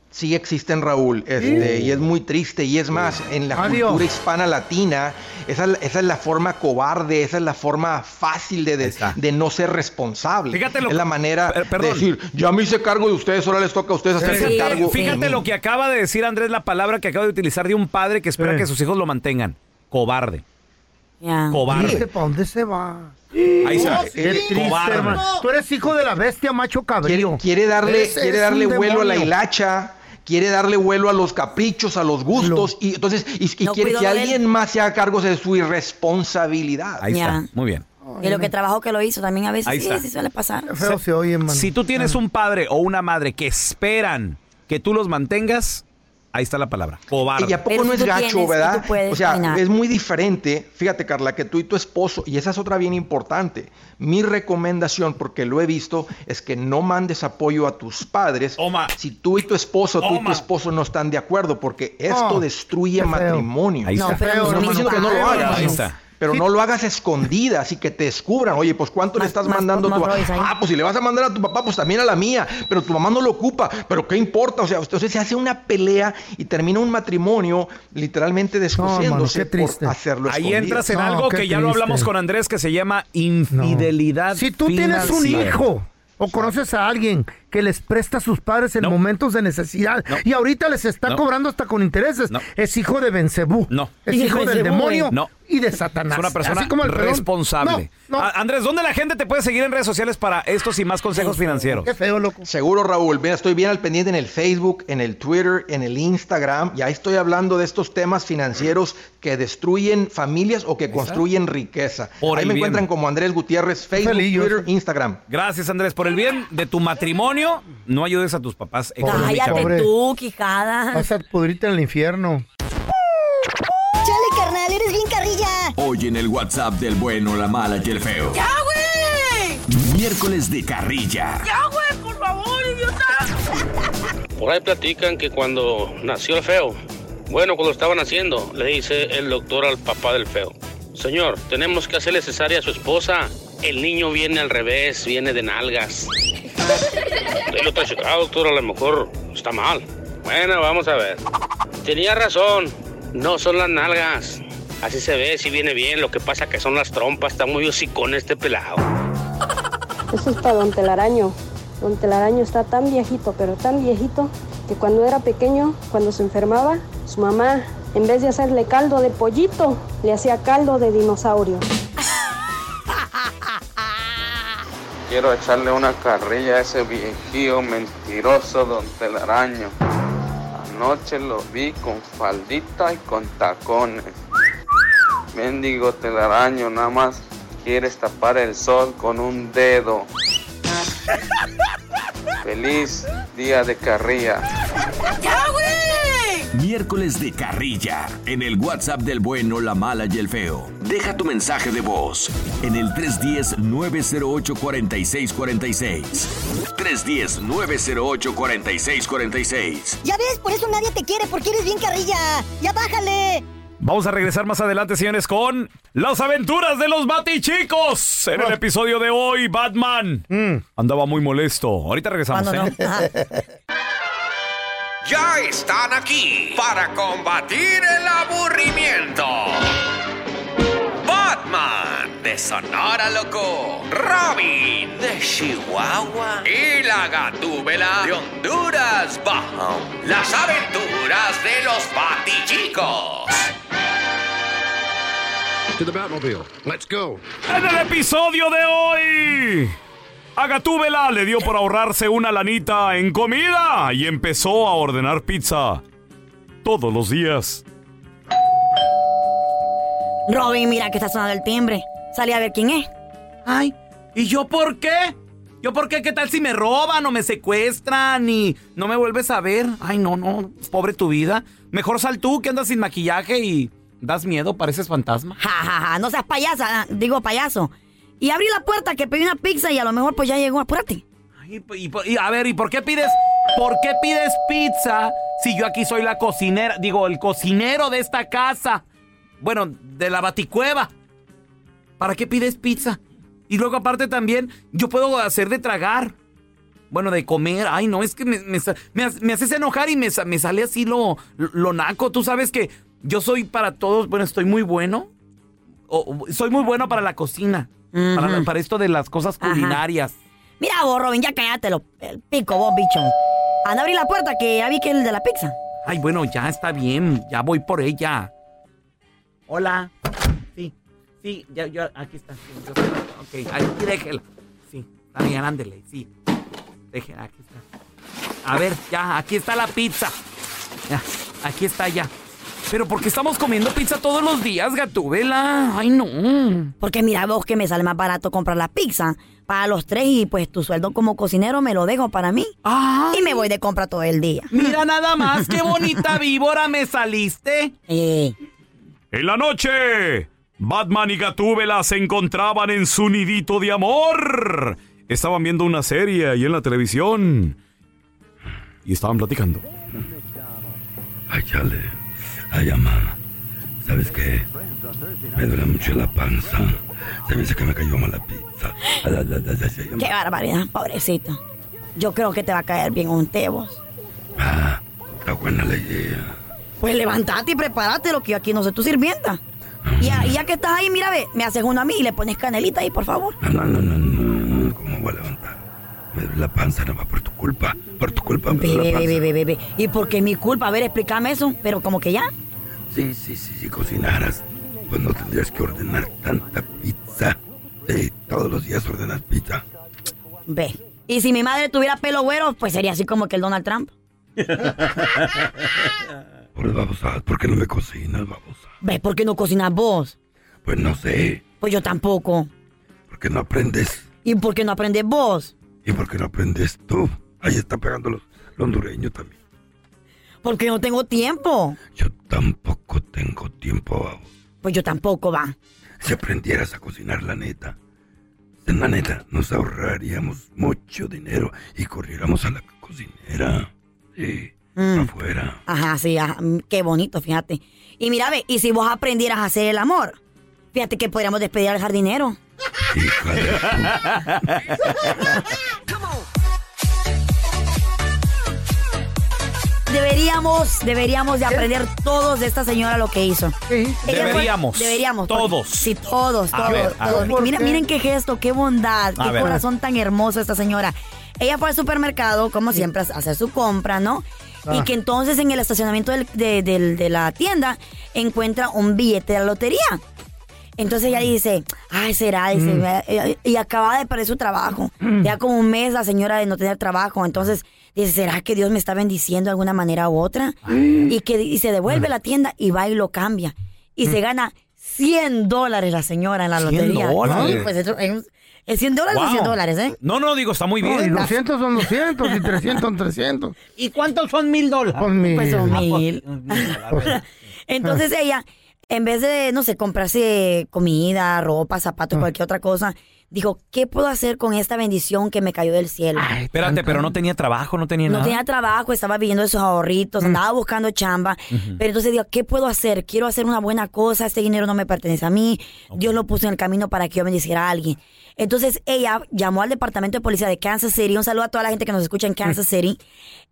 S6: Sí existen, Raúl, este,
S2: Sí.
S6: y es muy triste, y es más, en la
S2: Adiós.
S6: cultura hispana latina, esa, es la- esa es la forma cobarde, esa es la forma fácil de, de, de no ser responsable.
S2: Fíjate lo-
S6: es la manera
S2: Per-
S6: de
S2: perdón.
S6: decir, ya me hice cargo de ustedes, ahora les toca a ustedes hacerse
S2: Fíjate-
S6: cargo.
S2: Fíjate lo que acaba de decir Andrés, la palabra que acaba de utilizar de un padre que espera que sus hijos lo mantengan. Cobarde. Cobarde.
S3: Triste, ¿Para dónde se va?
S2: Ahí se va.
S3: Qué triste,
S2: Cobarde.
S3: hermano. Tú eres hijo de la bestia, macho cabrío.
S6: Quiere darle,
S3: Eres-
S6: quiere
S3: eres
S6: darle
S3: un
S6: vuelo a la
S3: demonio.
S6: hilacha, quiere darle vuelo a los caprichos, a los gustos, y entonces, y, y
S4: No
S6: quiere
S4: cuidó
S6: que
S4: de él.
S6: alguien más se haga cargo de su irresponsabilidad.
S2: Ahí está.
S4: Ya.
S2: Ah, Muy bien.
S4: Y lo que trabajó que lo hizo también a veces
S2: Ahí
S4: sí,
S2: está.
S4: sí suele pasar.
S2: Se- Si tú tienes
S3: Ah.
S2: un padre o una madre que esperan que tú los mantengas, ahí está la palabra. Cobarde.
S6: Y a poco no es gacho, ¿verdad? o sea, es muy diferente. Fíjate, Carla, que tú y tu esposo, y esa es otra bien importante. Mi recomendación, porque lo he visto, es que no mandes apoyo a tus padres si tú y tu esposo, tú y tu
S2: Toma.
S6: esposo no están de acuerdo, porque esto
S2: Oh,
S6: destruye
S2: qué feo.
S6: matrimonio.
S2: Ahí No, está. pero mis
S6: no estoy diciendo que no lo
S2: padres.
S6: hagas.
S2: Ahí está.
S6: Pero no lo hagas escondida, así que te descubran. Oye, pues ¿cuánto le estás mandando a tu papá? Ah, pues si le vas a mandar a tu papá, pues también a la mía. Pero tu mamá no lo ocupa. Pero ¿qué importa? O sea, entonces se hace una pelea y termina un matrimonio literalmente descosiéndose
S3: qué triste.
S6: por hacerlo
S2: Ahí
S6: escondido.
S2: entras en algo que ya lo hablamos con Andrés que se llama infidelidad.
S3: Si tú tienes un
S2: financiera.
S3: hijo o conoces a alguien que les presta a sus padres en momentos de necesidad y ahorita les está
S2: No.
S3: cobrando hasta con intereses, es hijo de Bencebú.
S2: No.
S3: Es hijo del demonio
S2: No.
S3: y de Satanás.
S2: Es una persona
S3: Así como el pelón.
S2: responsable.
S3: No, no.
S2: A- Andrés, ¿dónde la gente te puede seguir en redes sociales para estos y más consejos financieros?
S3: feo, loco.
S6: Seguro, Raúl. Mira, estoy bien al pendiente en el Facebook, en el Twitter, en el Instagram. Y ahí estoy hablando de estos temas financieros que destruyen familias o que construyen riqueza.
S2: Por
S6: ahí
S2: el
S6: me
S2: bien.
S6: encuentran como Andrés Gutiérrez, Facebook,
S2: Felillo,
S6: Twitter, Instagram.
S2: Gracias, Andrés. Por el bien de tu matrimonio, no ayudes a tus papás
S4: Cállate
S2: económicamente.
S4: tú, quijada.
S3: Vas a pudrirte en el infierno.
S10: Chale, carnal, eres bien carrilla.
S1: Hoy en el WhatsApp del bueno, la mala y el feo.
S21: ¡Ya, güey!
S1: Miércoles de carrilla.
S21: ¡Ya, güey! ¡Por favor, idiota!
S12: Por ahí platican que cuando nació el feo, bueno, cuando estaban haciendo, le dice el doctor al papá del feo, señor, tenemos que hacerle cesárea a su esposa. El niño viene al revés, viene de nalgas. Él lo está checado, doctor, a lo mejor está mal. Bueno, vamos a ver. Tenía razón, no son las nalgas. Así se ve, si viene bien, lo que pasa que son las trompas, está muy hocicón este pelado.
S11: Eso es para Don Telaraño. Don Telaraño está tan viejito, pero tan viejito, que cuando era pequeño, cuando se enfermaba, su mamá, en vez de hacerle caldo de pollito, le hacía caldo de dinosaurio.
S13: Quiero echarle una carrilla a ese viejillo mentiroso don Telaraño. Anoche lo vi con faldita y con tacones. Mendigo Telaraño, nada más quieres tapar el sol con un dedo. Feliz día de carrilla.
S21: ¡Ya, güey!
S1: Miércoles de carrilla en el WhatsApp del bueno, la mala y el feo. Deja tu mensaje de voz en el 310-908-4646. 310-908-4646.
S10: Ya ves, por eso nadie te quiere, porque eres bien carrilla. Ya bájale.
S2: Vamos a regresar más adelante, señores, con las aventuras de los Batichicos. En el episodio de hoy, Batman andaba muy molesto. Ahorita regresamos.
S14: Ah, no,
S2: ¿eh?
S14: no. Ya están aquí para combatir el aburrimiento. Batman de Sonora Loco, Robin de Chihuahua y la Gatúbela de Honduras Bajo. Las aventuras de los Batichicos.
S24: To the Batmobile. Let's go.
S2: En el episodio de hoy, a Gatúbela le dio por ahorrarse una lanita en comida y empezó a ordenar pizza todos los días.
S4: Robin, mira que está sonando el timbre. Salí a ver quién es.
S5: Ay, ¿y yo por qué? ¿Yo por qué? ¿Qué tal si me roban o me secuestran y no me vuelves a ver? Ay, no, no, pobre tu vida. Mejor sal tú que andas sin maquillaje y das miedo, pareces fantasma.
S4: Ja, ja, ja, no seas payasa, ah, digo payaso. Y abrí la puerta que pedí una pizza y a lo mejor pues ya llegó, apúrate.
S5: Y, y- y- a ver, ¿y por qué pides, por qué pides pizza si yo aquí soy la cocinera, digo, el cocinero de esta casa? Bueno, de la baticueva. ¿Para qué pides pizza? Y luego aparte también, yo puedo hacer de tragar. Bueno, de comer. Ay, no, es que me, me sa- me ha- me haces enojar y me, sa- me sale así lo, lo naco. Tú sabes que yo soy para todos, bueno, estoy muy bueno. O- o- soy muy bueno para la cocina. para, la- para esto de las cosas culinarias.
S4: Mira vos, Robin, ya cállate lo- el pico, vos, bicho. Anda a abrir la puerta que ya vi que es el de la pizza.
S5: Ay, bueno, ya está bien, ya voy por ella. Hola. Sí, sí, ya, yo, aquí está. sí, yo- ok, aquí déjela. Sí, está bien, ándele, sí. Déjela, aquí está. A ver, ya, aquí está la pizza. Ya, aquí está ya. Pero ¿por qué estamos comiendo pizza todos los días, Gatubela? Ay, no.
S4: Porque mira vos que me sale más barato comprar la pizza para los tres y pues tu sueldo como cocinero me lo dejo para mí. Y me voy de compra todo el día.
S5: Mira nada más, qué bonita víbora me saliste.
S2: Eh. En la noche, Batman y Gatúbela se encontraban en su nidito de amor. Estaban viendo una serie ahí en la televisión. Y estaban platicando.
S25: Ay, chale. Ay, ama. ¿Sabes qué? Me duele mucho la panza. Se me dice que me cayó mala pizza. Ay, ay, ay, ay, ay, ay.
S4: Qué barbaridad, pobrecito. Yo creo que te va a caer bien un tebos.
S25: Ah, está buena la idea.
S4: Pues levantate y prepárate lo que yo aquí no soy tu sirvienta. Y ya, y ya que estás ahí, mira, ve, me haces uno a mí y le pones canelita ahí, por favor.
S25: No, no, no, no, no. ¿Cómo voy a levantar? Me duele la panza, no va por tu culpa. Por tu culpa me duele
S4: Bebe,
S25: la
S4: bebe,
S25: panza.
S4: bebe, bebe. ¿Y por qué mi culpa? A ver, explícame eso. Pero como que ya.
S25: Sí, sí, sí, si cocinaras, pues no tendrías que ordenar tanta pizza. Sí, todos los días ordenas pizza.
S4: Ve. Y si mi madre tuviera pelo güero, pues sería así como que el Donald Trump.
S25: Por babosadas, ¿por qué no me cocinas, babosa?
S4: Ve, ¿por qué no cocinas vos?
S25: Pues no sé,
S4: Pues yo tampoco.
S25: ¿por qué no aprendes?
S4: ¿Y por qué no aprendes vos?
S25: ¿Y por qué no aprendes tú? Ahí está pegando los, los hondureños también.
S4: Porque no tengo tiempo.
S25: Tampoco tengo tiempo, babo.
S4: Pues yo tampoco, va.
S25: Si aprendieras a cocinar, la neta, en la neta, nos ahorraríamos mucho dinero y corriéramos a la cocinera. Sí,
S4: Mm.
S25: afuera.
S4: Ajá, sí, ajá. Mm, qué bonito, fíjate. Y mira, ve, y si vos aprendieras a hacer el amor, fíjate que podríamos despedir al jardinero. deberíamos, deberíamos de aprender todos de esta señora lo que hizo. Ella fue-
S5: Deberíamos.
S4: Deberíamos. porque-
S5: Todos.
S4: Sí, todos,
S5: A
S4: todos.
S5: ver, a
S4: todos.
S5: ver.
S4: Mira- Miren, qué gesto, qué bondad,
S5: A
S4: qué
S5: ver.
S4: corazón tan hermoso esta señora. Ella fue al supermercado, como siempre, a hacer su compra, ¿no?
S9: Ah.
S4: Y que entonces en el estacionamiento del- de, del- de la tienda encuentra un billete de la lotería. Entonces ella dice, ay, será, dice,
S9: Mm.
S4: eh, y acaba de perder su trabajo.
S5: Mm.
S4: Ya como un mes la señora de no tener trabajo. Entonces dice, ¿será que Dios me está bendiciendo de alguna manera u otra? Y que y se devuelve a la tienda y va y lo cambia. Y
S3: Mm.
S4: se gana 100 dólares la señora en la
S2: 100
S4: lotería.
S2: dólares.
S4: Sí, pues eso es un- es 100 dólares o
S2: Wow.
S4: 100 dólares, ¿eh?
S2: No, no, digo, está muy
S3: No, y
S2: bien.
S3: 200 son 200 y 300 son 300.
S4: ¿Y cuántos son mil dólares?
S3: Son mil. Ah.
S4: Pues son mil. Entonces ella, en vez de, no sé, comprarse comida, ropa,
S3: Ah.
S4: zapatos, cualquier otra cosa, dijo, ¿qué puedo hacer con esta bendición que me cayó del cielo?
S2: Espérate, pero no tenía trabajo, no tenía
S4: no
S2: nada.
S4: tenía Mm. trabajo, estaba viviendo de sus ahorritos, andaba buscando chamba.
S2: Ujú.
S4: Pero entonces digo, ¿qué puedo hacer? Quiero hacer una buena cosa, este dinero no me pertenece a mí. Dios lo puso en el camino para que yo bendiciera a alguien. Entonces ella llamó al departamento de policía de Kansas City. Un saludo a toda la gente que nos escucha en Kansas City.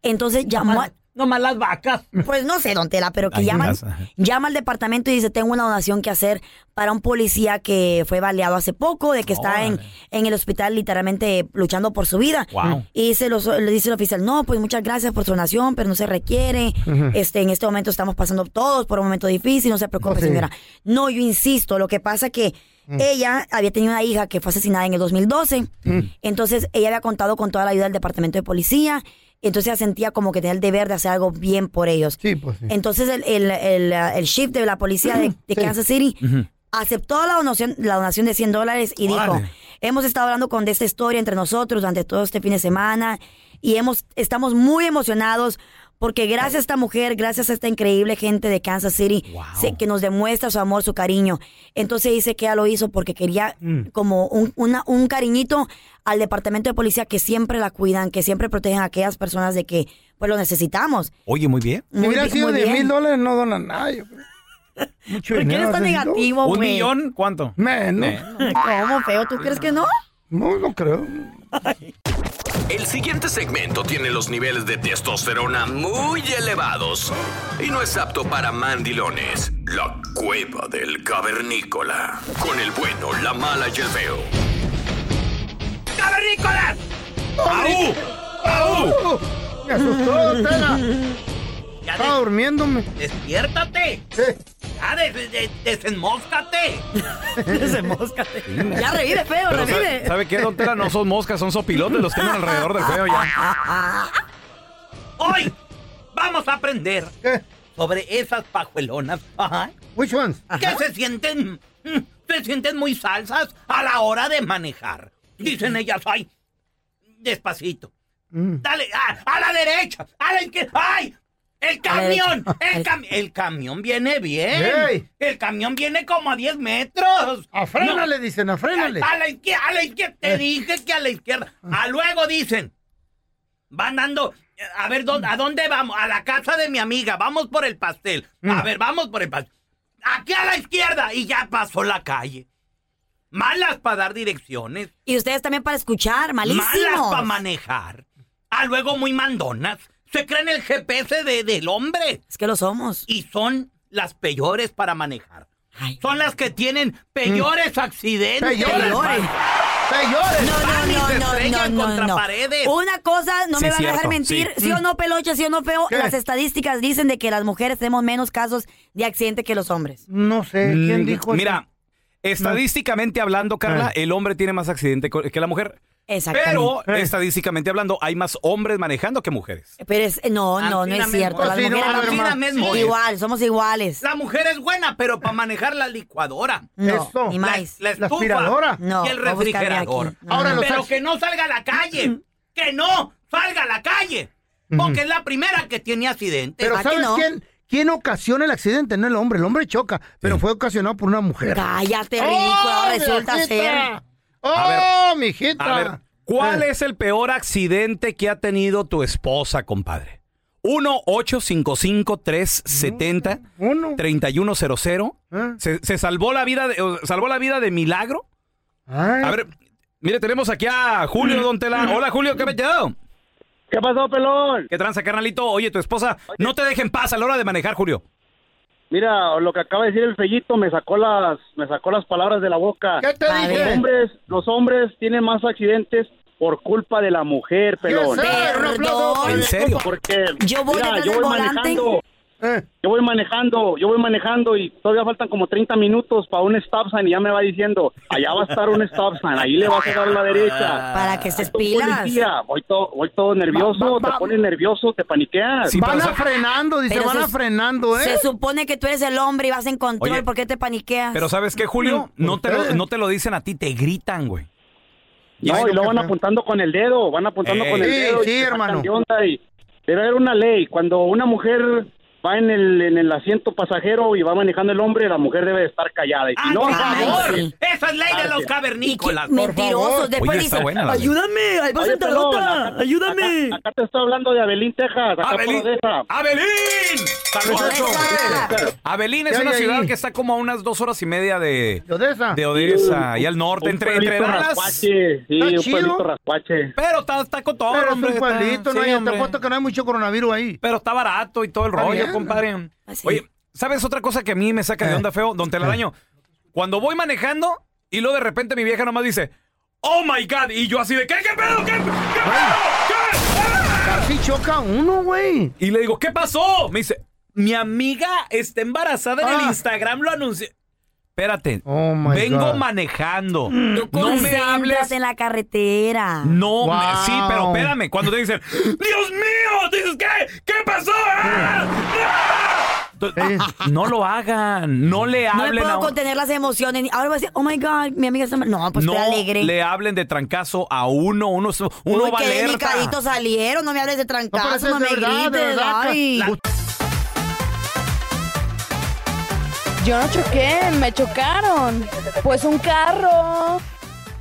S4: Entonces llamó a. No más las vacas. Pues no sé, don Tela, pero que
S9: Ahí
S4: llaman,
S9: las- ajá.
S4: llama al departamento y dice, tengo una donación que hacer para un policía que fue baleado hace poco, de que está en, en el hospital literalmente luchando por su vida.
S9: Wow.
S4: Y dice los- le dice el oficial, no, pues muchas gracias por su donación, pero no se requiere.
S9: Ujú.
S4: este En este momento estamos pasando todos por un momento difícil, no se preocupe,
S9: Pues sí.
S4: señora. No, yo insisto, lo que pasa que ella había tenido una hija que fue asesinada en el 2012. Entonces ella había contado con toda la ayuda del departamento de policía. Entonces ella sentía como que tenía el deber de hacer algo bien por ellos. Entonces el, el, el, ah, el chief de la policía de, de Kansas City aceptó la donación, la donación de 100 dólares y dijo,
S9: Órale.
S4: hemos estado hablando con de esta historia entre nosotros durante todo este fin de semana y hemos, estamos muy emocionados porque gracias a esta mujer, gracias a esta increíble gente de Kansas City se- que nos demuestra su amor, su cariño. Entonces dice que ella lo hizo porque quería
S9: Mm.
S4: como un, una- un cariñito al departamento de policía que siempre la cuidan, que siempre protegen a aquellas personas de que pues lo necesitamos.
S2: Oye, muy bien.
S4: Muy
S3: Si hubiera
S4: bi-
S3: sido
S4: muy
S3: 10
S4: bien.
S3: mil dólares, no donan nada. yo creo. Mucho
S4: ¿Por qué
S3: dinero,
S4: eres tan
S3: o sea,
S4: negativo,
S2: ¿Un
S4: güey?
S2: millón? ¿Cuánto?
S3: Menos.
S2: Eh.
S4: ¿Cómo, feo? ¿Tú crees que no?
S3: No, no creo.
S1: El siguiente segmento tiene los niveles de testosterona muy elevados y no es apto para mandilones. La cueva del cavernícola. Con el bueno, la mala y el feo.
S5: ¡Cavernícolas! ¡Au! ¡Au!
S3: Me asustó, don Tela. Estaba durmiéndome. Eh.
S5: ¡Despiértate! ¡Ya des- des- desenmóscate!
S4: desenmóscate. Ya revive, feo,
S2: Pero
S4: revive.
S2: ¿sabe, ¿Sabe qué, don Tela? No son moscas, son sopilotes los que andan alrededor del feo ya.
S5: Hoy vamos a aprender sobre esas pajuelonas. Ajá.
S3: Which ones?
S5: Que se sienten, mm, se sienten muy salsas a la hora de manejar. Dicen ellas, ay, despacito.
S3: Mm.
S5: Dale, ah, a, la derecha, a la izquierda, ¡ay! ¡El camión! El, cami- el camión viene bien.
S3: Ey.
S5: El camión viene como a 10 metros.
S3: A frena le dicen, a Eh. frena le.
S5: A la izquierda, a la izquierda, te dije que a la izquierda. A luego dicen. Van dando, eh, a ver, ¿dó- ¿a dónde vamos? A la casa de mi amiga, vamos por el pastel.
S3: Mm.
S5: A ver, vamos por el pastel. Aquí a la izquierda y ya pasó la calle. Malas para dar direcciones.
S4: Y ustedes también para escuchar, malísimos.
S5: Malas para manejar. Ah, luego muy mandonas. Se creen el GPS de- del hombre.
S4: Es que lo somos.
S5: Y son las peores para manejar. Son las que tienen peores accidentes.
S4: Peores.
S3: Peores.
S5: Van y
S4: No,
S5: se
S4: no,
S5: estrellan
S4: no,
S5: contra
S4: no.
S5: paredes.
S4: Una cosa, no
S5: Sí,
S4: me van a
S5: cierto,
S4: dejar mentir,
S5: sí.
S4: sí. o no, pelocha, sí o no, feo,
S5: ¿Qué?
S4: las estadísticas dicen de que las mujeres tenemos menos casos de accidente que los hombres.
S3: No sé, Eh, ¿quién dijo eso?
S2: Mm,
S3: Ah.
S2: Mira, estadísticamente hablando, Carla, el hombre tiene más accidente co- que la mujer.
S4: Exactamente.
S2: Pero
S3: Eh.
S2: estadísticamente hablando, hay más hombres manejando que mujeres.
S4: Pero es, no, no, no
S5: Ancina
S4: es
S5: mismo.
S4: cierto. Las
S5: Sí, no,
S4: mujeres
S5: a ver,
S4: somos
S5: Ancina mismo.
S4: igual, somos iguales.
S5: La mujer es buena, pero para manejar la licuadora.
S4: No, Eso. ni
S5: La-
S4: más.
S5: La,
S4: La
S5: estufa
S4: aspiradora. No,
S5: Y el
S4: va a buscarme
S5: refrigerador.
S4: aquí. No, Ahora no, Mm. no. los
S5: pero
S4: taxis.
S5: que no salga a la calle. Que no salga a la calle. Porque es la primera que tiene accidente.
S3: Pero ¿sabes quién? ¿Quién ocasiona el accidente? No el hombre, el hombre choca, pero fue ocasionado por una mujer.
S4: Cállate, ridículo,
S3: ¡Oh,
S4: resulta
S3: mijita!
S4: ser.
S3: ¡Oh, mijita!
S2: A ver, ¿cuál
S3: Eh.
S2: es el peor accidente que ha tenido tu esposa, compadre?
S3: Mm,
S2: 1-855-370-3100.
S3: Ah.
S2: ¿Se, se salvó la vida de, o- salvó la vida de milagro? A ver, mire, tenemos aquí a Julio Don Tela. Hola, Julio, ¿qué me ¿Qué pasó, pelón? ¿Qué tranza, carnalito? Oye, tu esposa no te deja en paz a la hora de manejar, Julio.
S26: Mira, lo que acaba de decir el fellito me sacó las me sacó las palabras de la boca.
S3: ¿Qué te
S26: los
S3: dije?
S26: hombres, los hombres tienen más accidentes por culpa de la mujer, pelón.
S3: sé? Un aplauso para ¿En la serio? culpa.
S26: Porque
S3: Yo voy
S26: mira,
S3: detrás
S26: yo
S3: del
S26: voy
S3: volante.
S26: manejando.
S3: Eh.
S26: Yo voy manejando, yo voy manejando y todavía faltan como 30 minutos para un stop sign y ya me va diciendo, allá va a estar un stop sign, ahí le vas a dar la derecha.
S4: Para que estés
S26: Voy
S4: pilas.
S26: policía, voy, todo, voy todo nervioso, te pones nervioso, te paniqueas.
S4: Pero se-
S3: ¿eh?
S4: Se
S26: Se
S4: supone que tú eres el hombre y vas en control.
S2: Oye,
S4: ¿Por qué te paniqueas?
S2: Pero ¿sabes qué, Julio? No te lo, no te lo dicen a ti, te gritan, güey.
S26: No, y lo van apuntando con el dedo, van apuntando
S2: Ey.
S26: con el
S2: Sí,
S26: dedo. y
S2: sí,
S26: te sacan
S2: hermano.
S26: de onda y- debe haber una ley. Cuando una mujer va en el, en el asiento pasajero y va manejando el hombre, la mujer debe de estar callada. Y si no,
S5: ¡Esa es ley de los cavernícolas!
S26: Mentiroso,
S5: Oye, está buena la ley.
S26: ahí va Santa Rota, ayúdame. Acá, acá te estoy hablando de Abelín, Texas, acá
S2: Abelín.
S26: por Odessa.
S2: ¡Abelín!
S26: Saludos.
S2: Abelín
S26: ¿Qué
S2: es
S26: hay
S2: una
S26: ahí?
S2: ciudad que está como a unas dos horas y media de,
S3: de Odessa.
S2: De Odessa, y al norte,
S3: Un
S2: entre,
S3: pueblito
S2: entre Dallas.
S3: rascuache, sí, Está un chido. pueblito
S2: Pero está, está con todo,
S3: Pero
S2: hombre,
S3: es un
S2: está-
S3: pueblito,
S2: sí,
S3: no hay, te
S2: hombre.
S3: apuesto que no hay mucho coronavirus ahí.
S2: Pero está barato y todo el
S3: Está
S2: rollo,
S3: bien. Eh.
S2: compadre.
S4: Ah,
S2: Oye, ¿sabes otra cosa que a mí me saca de onda feo? Don Telaraño, cuando voy manejando y luego de repente mi vieja nomás dice, ¡Oh my God! Y yo así de, ¿qué, qué pedo, qué, qué
S3: Casi choca uno, güey.
S2: Y le digo, ¿qué pasó? Me dice, mi amiga está embarazada en el Instagram, lo anunció. Espérate,
S3: Ah. Oh my
S2: vengo
S3: God.
S2: manejando.
S4: Tú
S2: No me
S4: concéntrate
S2: hables.
S4: en la carretera.
S2: No, me- sí, pero espérame. Cuando te dicen, ¡Dios mío! Dices, ¿qué? ¿Qué pasó? Ah. no lo hagan, no le
S4: No me
S2: hablen a
S4: puedo
S2: un-
S4: contener las emociones. Ahora voy a decir, oh my God, mi amiga está... mal". No, pues
S2: no
S4: estoy alegre.
S2: le hablen de trancazo a uno, uno, es- uno
S4: Uy,
S2: va
S4: qué
S2: alerta.
S4: delicaditos salieron, no me hables de
S3: pero eso
S4: trancazo,
S3: es
S4: no,
S3: de
S4: me
S3: verdad, de
S4: grites,
S3: verdad, ca-
S4: ay.
S3: la-
S21: Yo no choqué, me chocaron. Pues un carro.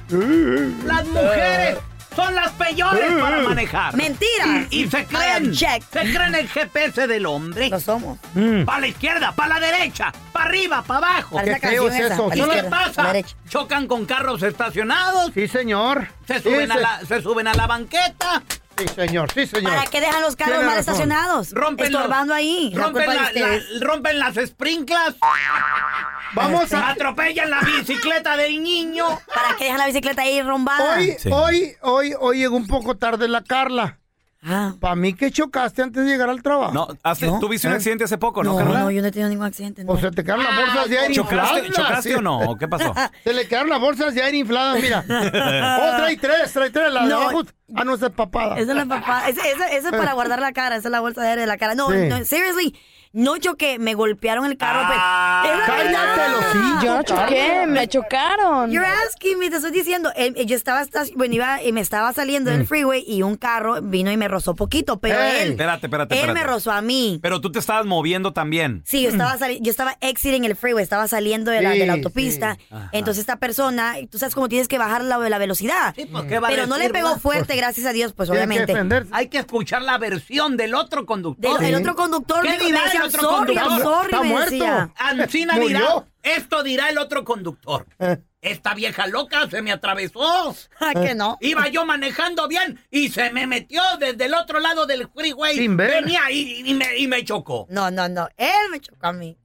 S5: Las mujeres son las peores
S21: Eh.
S5: para manejar.
S21: Mentiras.
S5: Y se creen, se creen el GPS del hombre. Lo
S4: somos.
S3: Mm.
S5: Para la izquierda, para la derecha, para arriba, para abajo.
S3: Parece Qué la feo canción es esa, eso. pa' la
S5: ¿No les
S3: izquierda, pa' la
S5: pasa?
S3: derecha.
S5: Chocan con carros estacionados.
S3: Sí, señor.
S5: Se suben, a
S3: se-
S5: la, se suben a la banqueta.
S3: Sí, señor, sí, señor.
S4: ¿Para qué dejan los carros
S3: Tiene
S4: mal
S3: razón.
S4: estacionados?
S5: Rompen los-
S4: Estorbando ahí. La
S5: Rompen,
S4: culpa de
S5: la- la-
S4: ustedes.
S5: rompen las sprinklas. Este,
S3: Vamos a-
S5: Atropellan la bicicleta del niño.
S4: ¿Para qué dejan la bicicleta ahí rombada?
S3: Hoy, hoy, hoy, hoy llegó un poco tarde la Carla.
S4: Ah.
S3: Para mí que chocaste antes de llegar al trabajo.
S2: No, hace- tuviste un
S3: ¿Eh?
S2: accidente hace poco, ¿no,
S3: No,
S2: Carla?
S4: No, yo no he tenido ningún accidente.
S3: O sea, te quedaron las bolsas de aire
S2: ¿Chocaste,
S3: infladas.
S2: chocaste
S3: sí.
S2: o no? ¿Qué pasó?
S3: Se le quedaron las bolsas de aire infladas, mira. oh, trae tres, trae tres, la de
S4: No.
S3: abajo. Ah, no, esa es papada.
S4: Esa es la papá. Esa, esa- esa es para guardar la cara. Esa es la bolsa de aire de la cara. No,
S3: Sí.
S4: no, seriously. No choqué, me golpearon el carro. pero, ¡Es la
S3: Ah, cállate
S4: verdad!
S3: los hijos, Yo no choqué, Carla. me
S4: chocaron. Ah, You're asking me, te estoy diciendo. Eh, eh, Yo estaba, estaci- bueno, iba, eh, me estaba saliendo del freeway y un carro vino y me rozó poquito, pero él,
S2: espérate, espérate,
S4: él
S2: espérate.
S4: me rozó a mí.
S2: Pero tú te estabas moviendo también.
S4: Sí, yo estaba, sali- yo estaba exiting el freeway, estaba saliendo de la, de la
S2: Sí,
S4: autopista.
S2: sí. Ajá.
S4: Entonces esta persona, tú sabes cómo tienes que bajar la, la velocidad.
S5: pues, ¿qué va a
S4: Pero no le
S5: decir,
S4: pegó
S5: va?
S4: fuerte, gracias a Dios, pues obviamente.
S5: Hay que escuchar la versión del otro conductor.
S4: Del- el Sí. otro conductor
S5: ¿Qué
S4: dijo-
S5: dirá
S4: me decía,
S5: el otro
S4: "Sorry,
S5: conductor?
S4: I'm sorry", Está me muerto. decía.
S5: Ancina
S4: Murió.
S5: dirá, esto dirá el otro conductor.
S4: Eh.
S5: Esta vieja loca se me atravesó.
S4: Ah, que no.
S5: Iba yo manejando bien y se me metió desde el otro lado del freeway.
S4: Sin ver.
S5: Venía y, y me, y me chocó.
S4: No, no, no. Él me chocó a mí.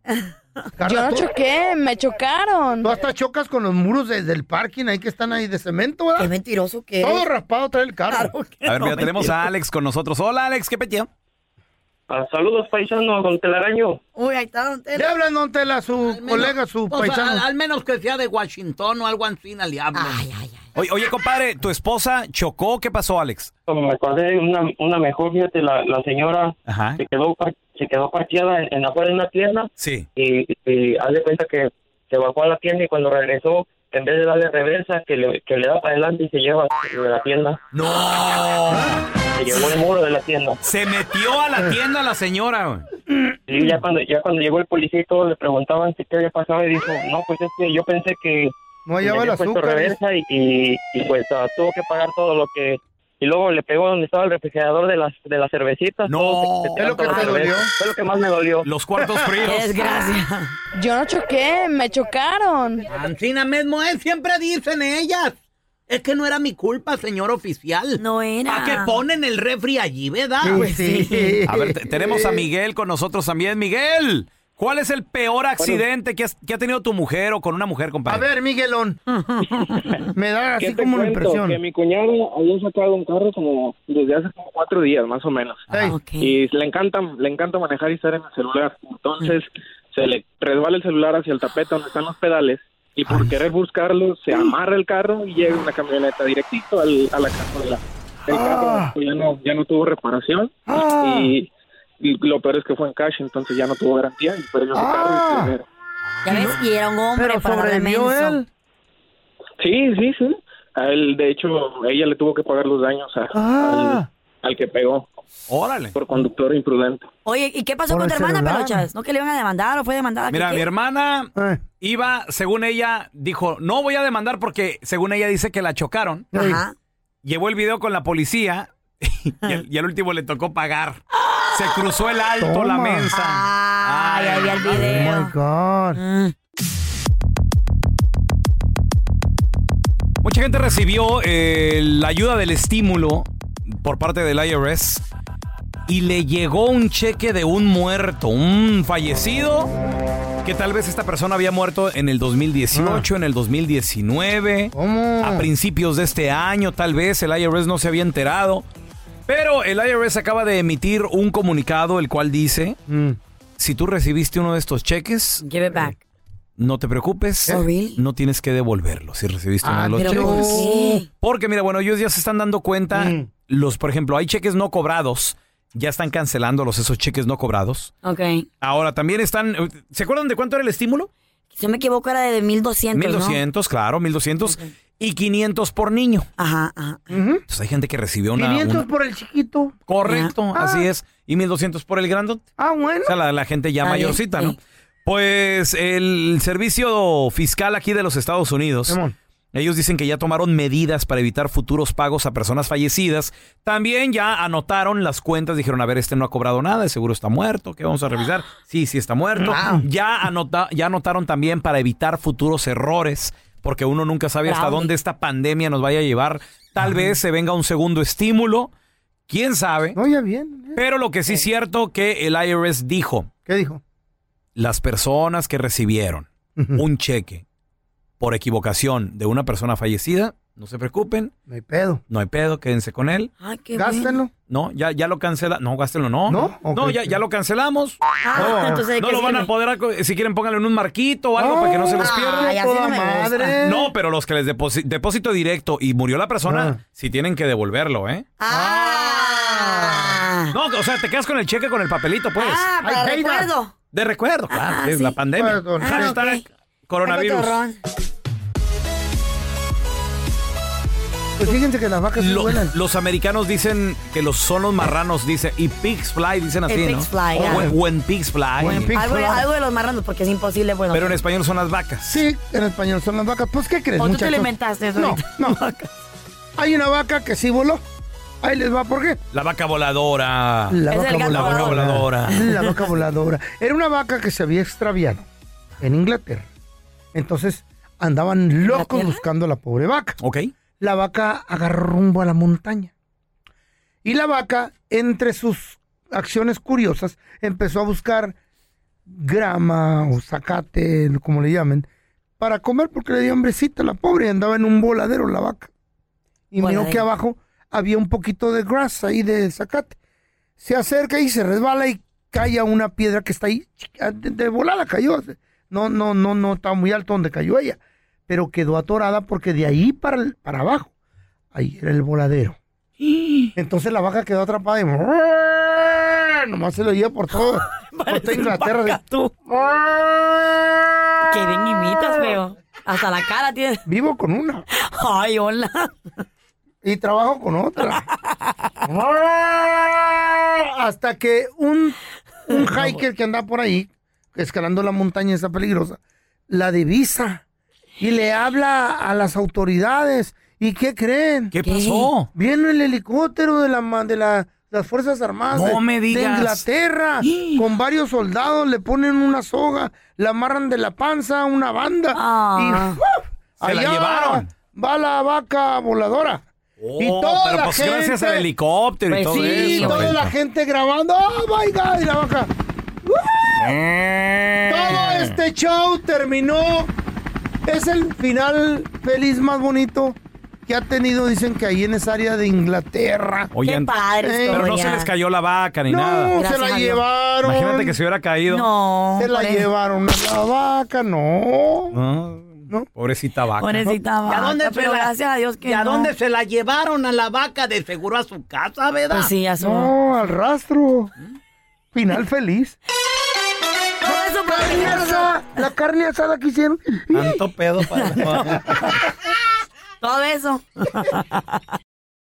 S21: Yo no
S3: tú-
S21: choqué, me chocaron.
S3: Tú hasta chocas con los muros de- del parking ahí que están ahí de cemento, ¿verdad? Qué
S4: mentiroso que
S3: Todo
S4: eres.
S3: raspado trae el carro.
S2: A ver, mira, tenemos a Alex con nosotros. Hola, Alex, ¿qué peteo?
S27: Ah, saludos, paisano, don Telaraño.
S4: Uy, ahí está Don Tela. Pues, ah,
S3: Le hablan Don Tela, su colega, su
S5: O sea,
S3: paisano.
S5: al, al menos que sea de Washington o algo así, le hablo.
S2: Oye, oye, compadre, ¿tu esposa chocó? ¿Qué pasó, Alex?
S27: Como me acordé, una, una mejor, fíjate, la, la señora
S2: Ajá.
S27: se quedó par- se quedó parqueada en, en afuera de una tienda
S2: Sí.
S27: y, y haz de cuenta que se bajó a la tienda y cuando regresó, en vez de darle reversa, que le, que le da para adelante y se lleva de la tienda.
S2: ¡No!
S27: Se llevó el muro de la tienda.
S2: Se metió a la tienda la señora.
S27: Y ya cuando, ya cuando llegó el policía y todos le preguntaban que qué había pasado y dijo, no, pues es que yo pensé que
S3: No
S27: que me
S3: hallaba
S27: había
S3: el
S27: puesto
S3: azúcar,
S27: reversa y, y, y, pues ah, tuvo que pagar todo lo que... Y luego le pegó donde estaba el refrigerador de las, de las cervecitas. No,
S2: ¿Es lo que te dolió?
S27: Fue lo que más me dolió.
S2: Los cuartos fríos.
S21: Yo no choqué, me chocaron.
S5: Ancina mismo es, siempre dicen eh, ellas. Es que no era mi culpa, señor oficial.
S4: No era.
S5: ¿Para qué ponen el refri allí,
S3: Ah,
S5: verdad? Pues
S3: pues
S2: A ver, te- tenemos a Miguel con nosotros también. Miguel, ¿cuál es el peor accidente que, has- que ha tenido tu mujer o con una mujer,
S3: A
S2: compadre?
S3: ver, Miguelón. Me da
S2: ¿Qué
S3: así
S2: te
S3: como la
S2: cuento?
S3: impresión.
S2: Que
S17: mi cuñado había sacado un carro como desde hace como cuatro días más o menos y le encanta le encanta manejar y estar en el celular entonces se le resbala el celular hacia el tapete donde están los pedales y por querer buscarlo se amarra el carro y llega una camioneta directito al- a la cajuela el carro pues, ya no ya no tuvo reparación y, y lo peor es que fue en cash entonces ya no tuvo garantía y perdió su carro y perdió-
S4: Ya ves, y era un hombre
S3: Pero
S4: para darle
S3: sobrevivió
S4: menso.
S3: él.
S17: Sí, sí, sí. A él, de hecho, ella le tuvo que pagar los daños a-
S3: Ah.
S17: al, al que pegó.
S2: Órale.
S17: Por conductor imprudente.
S4: Oye, ¿y qué pasó
S17: Por
S4: con
S17: el
S4: tu hermana,
S17: celular.
S4: Pelochas? ¿No que le iban a demandar o fue demandada?
S2: Mira,
S4: ¿Qué-
S2: mi
S4: qué?
S2: hermana iba, según ella, dijo, no voy a demandar porque, según ella, dice que la chocaron.
S4: Ajá.
S2: Llevó el video con la policía y al, y al último le tocó pagar. Se cruzó el alto, la
S3: Toma.
S2: mensa. Ay, ahí vi el
S3: Oh my God.
S4: Mm.
S2: Mucha gente recibió eh, la ayuda del estímulo por parte del IRS y le llegó un cheque de un muerto, un fallecido, que tal vez esta persona había muerto en el 2018, en el 2019, a principios de este año, tal vez el IRS no se había enterado. Pero el IRS acaba de emitir un comunicado el cual dice, si tú recibiste uno de estos cheques, no te preocupes,
S4: Oh, really?
S2: no tienes que devolverlo si recibiste uno
S4: Ah,
S2: de los
S4: pero
S2: cheques.
S4: ¿por qué?
S2: Porque mira, bueno, ellos ya se están dando cuenta, los, por ejemplo, hay cheques no cobrados, ya están cancelándolos esos cheques no cobrados.
S4: Ok.
S2: Ahora también están, ¿se acuerdan de cuánto era el estímulo?
S4: Si no me equivoco, era de 1200.
S2: 1200, claro, 1200 y 500 por niño.
S4: Ajá, ajá.
S2: Entonces hay gente que recibió una,
S3: 500
S2: una-
S3: por el chiquito.
S2: correcto,
S3: Ah.
S2: así es, y 1200 por el grandote.
S3: Ah, bueno.
S2: O sea, la, la gente ya
S3: Está bien,
S2: mayorcita, ¿no?
S3: sí.
S2: Pues el servicio fiscal aquí de los Estados Unidos, ellos dicen que ya tomaron medidas para evitar futuros pagos a personas fallecidas. También ya anotaron las cuentas, dijeron, a ver, este no ha cobrado nada, de seguro está muerto, ¿qué vamos a revisar? Sí, sí está muerto. Ya, anota- ya anotaron también para evitar futuros errores, porque uno nunca sabe hasta
S5: Fraude.
S2: dónde esta pandemia nos vaya a llevar. Tal vez se venga un segundo estímulo, quién sabe. Pero lo que sí es cierto que el IRS dijo,
S3: Eh. ¿Qué dijo?
S2: las personas que recibieron un cheque por equivocación de una persona fallecida, no se preocupen.
S3: No hay pedo.
S2: No hay pedo, quédense con él.
S4: Ay, qué
S3: Gástenlo.
S2: No, ya, ya lo cancela. No, gástenlo, no. No,
S3: Ok.
S2: ya, ya lo cancelamos.
S3: Ah,
S2: no
S3: entonces, ¿de
S2: no
S3: qué
S2: lo van a
S3: sirve?
S2: poder, aco- si quieren pónganlo en un marquito o algo para que no se los
S3: Ah,
S2: pierdan.
S3: ya sí no me
S2: Toda
S3: gusta.
S2: madre. No, pero los que les deposi- depósito directo y murió la
S3: Ah.
S2: persona, sí tienen que devolverlo, ¿eh? No, o sea, te quedas con el cheque con el papelito, pues.
S4: Ah, para
S2: Ay, Keila.
S4: recuerdo.
S2: De recuerdo, claro,
S4: Ah,
S2: es
S4: sí.
S2: la pandemia.
S4: Perdón.
S2: Hashtag
S4: Ah, ok.
S2: coronavirus.
S4: Ay, cotorrón.
S3: Pues fíjense que las vacas sí
S2: Lo-
S3: vuelan.
S2: los americanos dicen que los son los marranos, dice, y pigs fly, dicen
S4: El
S2: así, ¿no?
S4: pigs fly, ya.
S2: O when, when pigs fly.
S4: algo, algo de los marranos, porque es imposible, bueno.
S2: Pero en español son las vacas.
S3: Sí, en español son las vacas. Pues, ¿qué crees,
S4: O Oh, tú te
S3: muchachos?
S4: lo inventaste eso
S3: No,
S4: ahorita.
S3: no. Hay una vaca que sí voló. Ahí les va, ¿por qué?
S2: La vaca voladora.
S3: La vaca,
S2: La vaca voladora.
S3: La vaca voladora. Era una vaca que se había extraviado en Inglaterra. Entonces andaban locos buscando a la pobre vaca.
S2: Ok.
S3: La vaca agarró rumbo a la montaña. Y la vaca, entre sus acciones curiosas, empezó a buscar grama o zacate, como le llamen, para comer porque le dio hambrecita a la pobre y andaba en un voladero la vaca. Y miró
S16: Voladero.
S3: que abajo había un poquito de grasa ahí de zacate. Se acerca y se resbala y cae a una piedra que está ahí. chica, De, de volada cayó. No, no, no, no estaba muy alto donde cayó ella. Pero quedó atorada porque de ahí para, el- para abajo, ahí era el voladero. Entonces la vaca quedó atrapada y nomás se lo lleva por todo. por toda Inglaterra. de-
S4: Que bien imitas, feo. Hasta la cara tienes.
S3: Vivo con una.
S4: Ay, hola.
S3: Y trabajo con otra. Hasta que un, un hiker que anda por ahí, escalando la montaña esa peligrosa, la divisa y le habla a las autoridades. ¿Y qué creen?
S2: ¿Qué pasó?
S3: Viene el helicóptero de la ma- de la- las Fuerzas Armadas
S2: No
S3: de,
S2: me
S3: de
S2: digas.
S3: Inglaterra con varios soldados, le ponen una soga, la amarran de la panza a una banda
S4: Ah.
S3: y ¡fua!
S2: Se la llevaron.
S3: va la vaca voladora.
S2: Oh,
S3: y toda
S2: pero
S3: la
S2: pues
S3: gente,
S2: gracias al helicóptero
S3: Pues
S2: y todo
S3: sí,
S2: eso. pues.
S3: toda la gente grabando. ¡Oh, my God! Y la vaca.
S2: Eh.
S3: ¡Ah! Todo este show terminó. Es el final feliz más bonito que ha tenido, dicen que ahí en esa área de Inglaterra.
S2: Oye, ent- pero no se les cayó la vaca ni
S3: No,
S2: nada.
S3: se Gracias la a Dios. llevaron.
S2: Imagínate que se hubiera caído.
S3: Se la llevaron a la vaca, no.
S2: No, Pobrecita vaca.
S4: Pobrecita
S5: ¿Y a dónde
S4: vaca,
S5: se
S4: Ah, pero
S5: la-
S4: gracias a Dios que
S5: ¿Y a
S4: no.
S5: dónde se la llevaron a la vaca? De seguro a su casa, ¿verdad?
S4: Pues sí, a su-
S3: No, al rastro. Final feliz. Carne asada, la carne asada que hicieron.
S2: Tanto pedo para
S4: Todo eso.